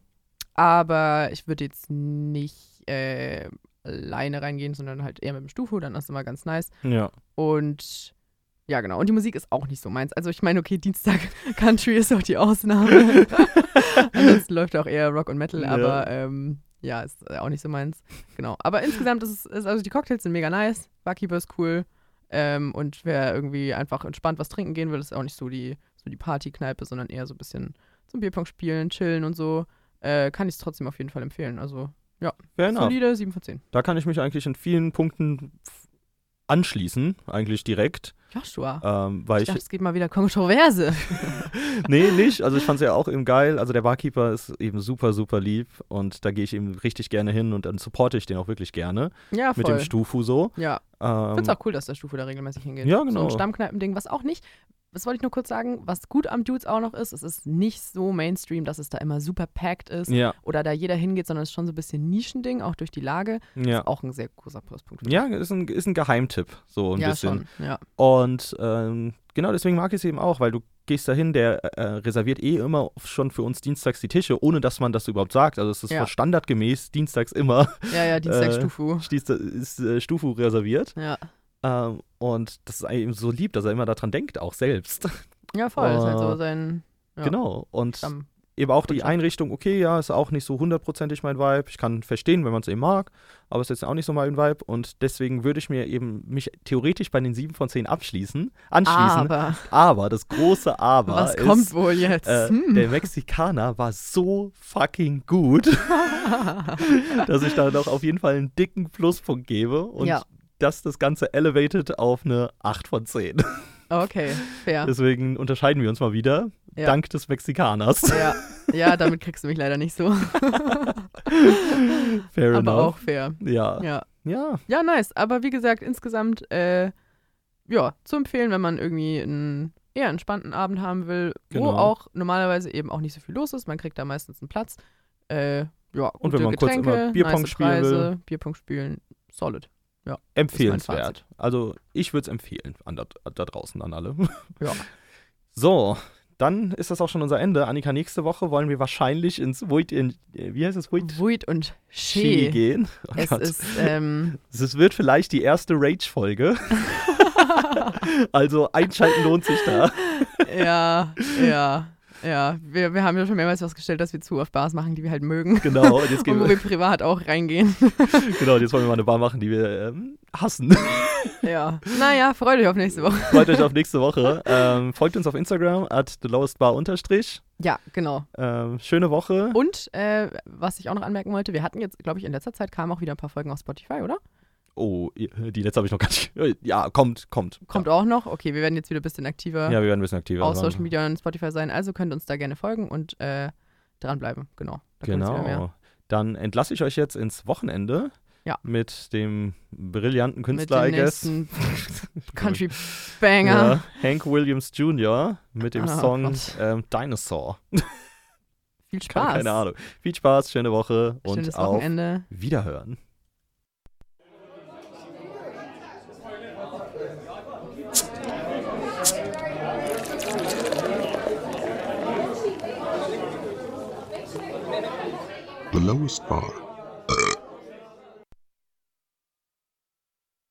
aber ich würde jetzt nicht äh, alleine reingehen, sondern halt eher mit dem Stufo, dann ist immer ganz nice. Ja. Und ja, genau. Und die Musik ist auch nicht so meins. Also ich meine, okay, Dienstag Country ist auch die Ausnahme. Ansonsten läuft auch eher Rock und Metal, Ja. aber ähm, ja, ist äh, auch nicht so meins. Genau. Aber insgesamt ist es, ist, also die Cocktails sind mega nice, Barkeeper ist cool. Ähm, und wer irgendwie einfach entspannt was trinken gehen will, ist auch nicht so die, so die Partykneipe, sondern eher so ein bisschen zum Bierpong spielen, chillen und so. Äh, kann ich es trotzdem auf jeden Fall empfehlen. Also Fair enough. solide 7 von 10. Da kann ich mich eigentlich in vielen Punkten f- anschließen, eigentlich direkt. Joshua. Ähm, weil ich ich, dachte, es geht mal wieder Kontroverse. nee, nicht. Also ich fand es ja auch eben geil. Also der Barkeeper ist eben super, super lieb und da gehe ich eben richtig gerne hin und dann supporte ich den auch wirklich gerne. ja, Ah, voll. Mit dem Stufu so. Ja. Ich Ähm, finde es auch cool, dass der Stufe da regelmäßig hingeht. Ja, So genau. ein Stammkneipending, was auch nicht, das wollte ich nur kurz sagen, was gut am Dudes auch noch ist, es ist nicht so Mainstream, dass es da immer super packed ist ja, oder da jeder hingeht, sondern es ist schon so ein bisschen Nischending, auch durch die Lage. ja. Ist auch ein sehr großer Pluspunkt. Ja, ist ein, ist ein Geheimtipp, so ein ja bisschen. schon. Ja. Und ähm, genau deswegen mag ich es eben auch, weil du gehst dahin, der äh, reserviert eh immer schon für uns dienstags die Tische, ohne dass man das überhaupt sagt. Also es ist Ja. standardgemäß dienstags immer ja, ja, Äh. Dienstagsstufu. stieß- ist äh, Stufu reserviert. ja. Ähm, und das ist eben so lieb, dass er immer daran denkt, auch selbst. ja, voll. ist halt so äh, sein ja, Genau. Und Stamm. eben auch die Einrichtung, okay, ja, ist auch nicht so hundertprozentig mein Vibe. Ich kann verstehen, wenn man es eben mag, aber es ist jetzt auch nicht so mein Vibe. Und deswegen würde ich mir eben mich theoretisch bei den 7 von 10 abschließen, anschließen. Aber. aber das große Aber Was ist, kommt wohl jetzt? Äh, Hm. Der Mexikaner war so fucking gut, dass ich da noch auf jeden Fall einen dicken Pluspunkt gebe. Und Ja. dass das Ganze elevated auf eine 8 von 10. Okay, fair. Deswegen unterscheiden wir uns mal wieder. Ja. Dank des Mexikaners. Ja. ja, damit kriegst du mich leider nicht so. Fair Aber enough. auch fair. Ja. Ja. Ja. Ja, nice. Aber wie gesagt, insgesamt, äh, ja, zu empfehlen, wenn man irgendwie einen eher entspannten Abend haben will, Genau. wo auch normalerweise eben auch nicht so viel los ist. Man kriegt da meistens einen Platz. Äh, ja, gute Und wenn man kurz Getränke, immer Bierpong nice spielen Preise, Bierpong spielen, solid. Ja. Das ist Empfehlenswert. Also ich würde es empfehlen an da, da draußen an alle. Ja. So, dann ist das auch schon unser Ende. Annika, nächste Woche wollen wir wahrscheinlich ins Void in, äh, wie heißt es, Void Wuid und Chili Shee. gehen. Oh es Gott. ist, ähm, Es wird vielleicht die erste Rage-Folge. also einschalten lohnt sich da. ja, ja, ja. Wir, wir haben ja schon mehrmals festgestellt, dass wir zu oft Bars machen, die wir halt mögen. Genau, und jetzt, gehen Und wo wir wir, privat auch reingehen. genau, jetzt wollen wir mal eine Bar machen, die wir ähm, hassen. ja. Naja, freut euch auf nächste Woche. Freut euch auf nächste Woche. Ähm, folgt uns auf Instagram at thelowestbar unterstrich. Ja, genau. Ähm, schöne Woche. Und äh, was ich auch noch anmerken wollte, wir hatten jetzt, glaube ich, in letzter Zeit kamen auch wieder ein paar Folgen auf Spotify, oder? Oh, die letzte habe ich noch gar nicht. Äh, Ja, kommt, kommt. Kommt auch noch. Okay, wir werden jetzt wieder ein bisschen aktiver Ja, wir werden ein bisschen aktiver. auf sein. Social Media und Spotify sein. Also könnt uns da gerne folgen und äh, dranbleiben. Genau. Da kommt jetzt wieder mehr. Genau. Dann entlasse ich euch jetzt ins Wochenende. Ja. Mit dem brillanten Mit Künstler, dem I guess. nächsten Country Banger. Ja, Hank Williams Jr. mit dem Ah, Song Gott. ähm, Dinosaur. Viel Keine- Spaß. Keine Ahnung. Viel Spaß, schöne Woche und Schönes auf Wochenende. Wiederhören. The lowest bar.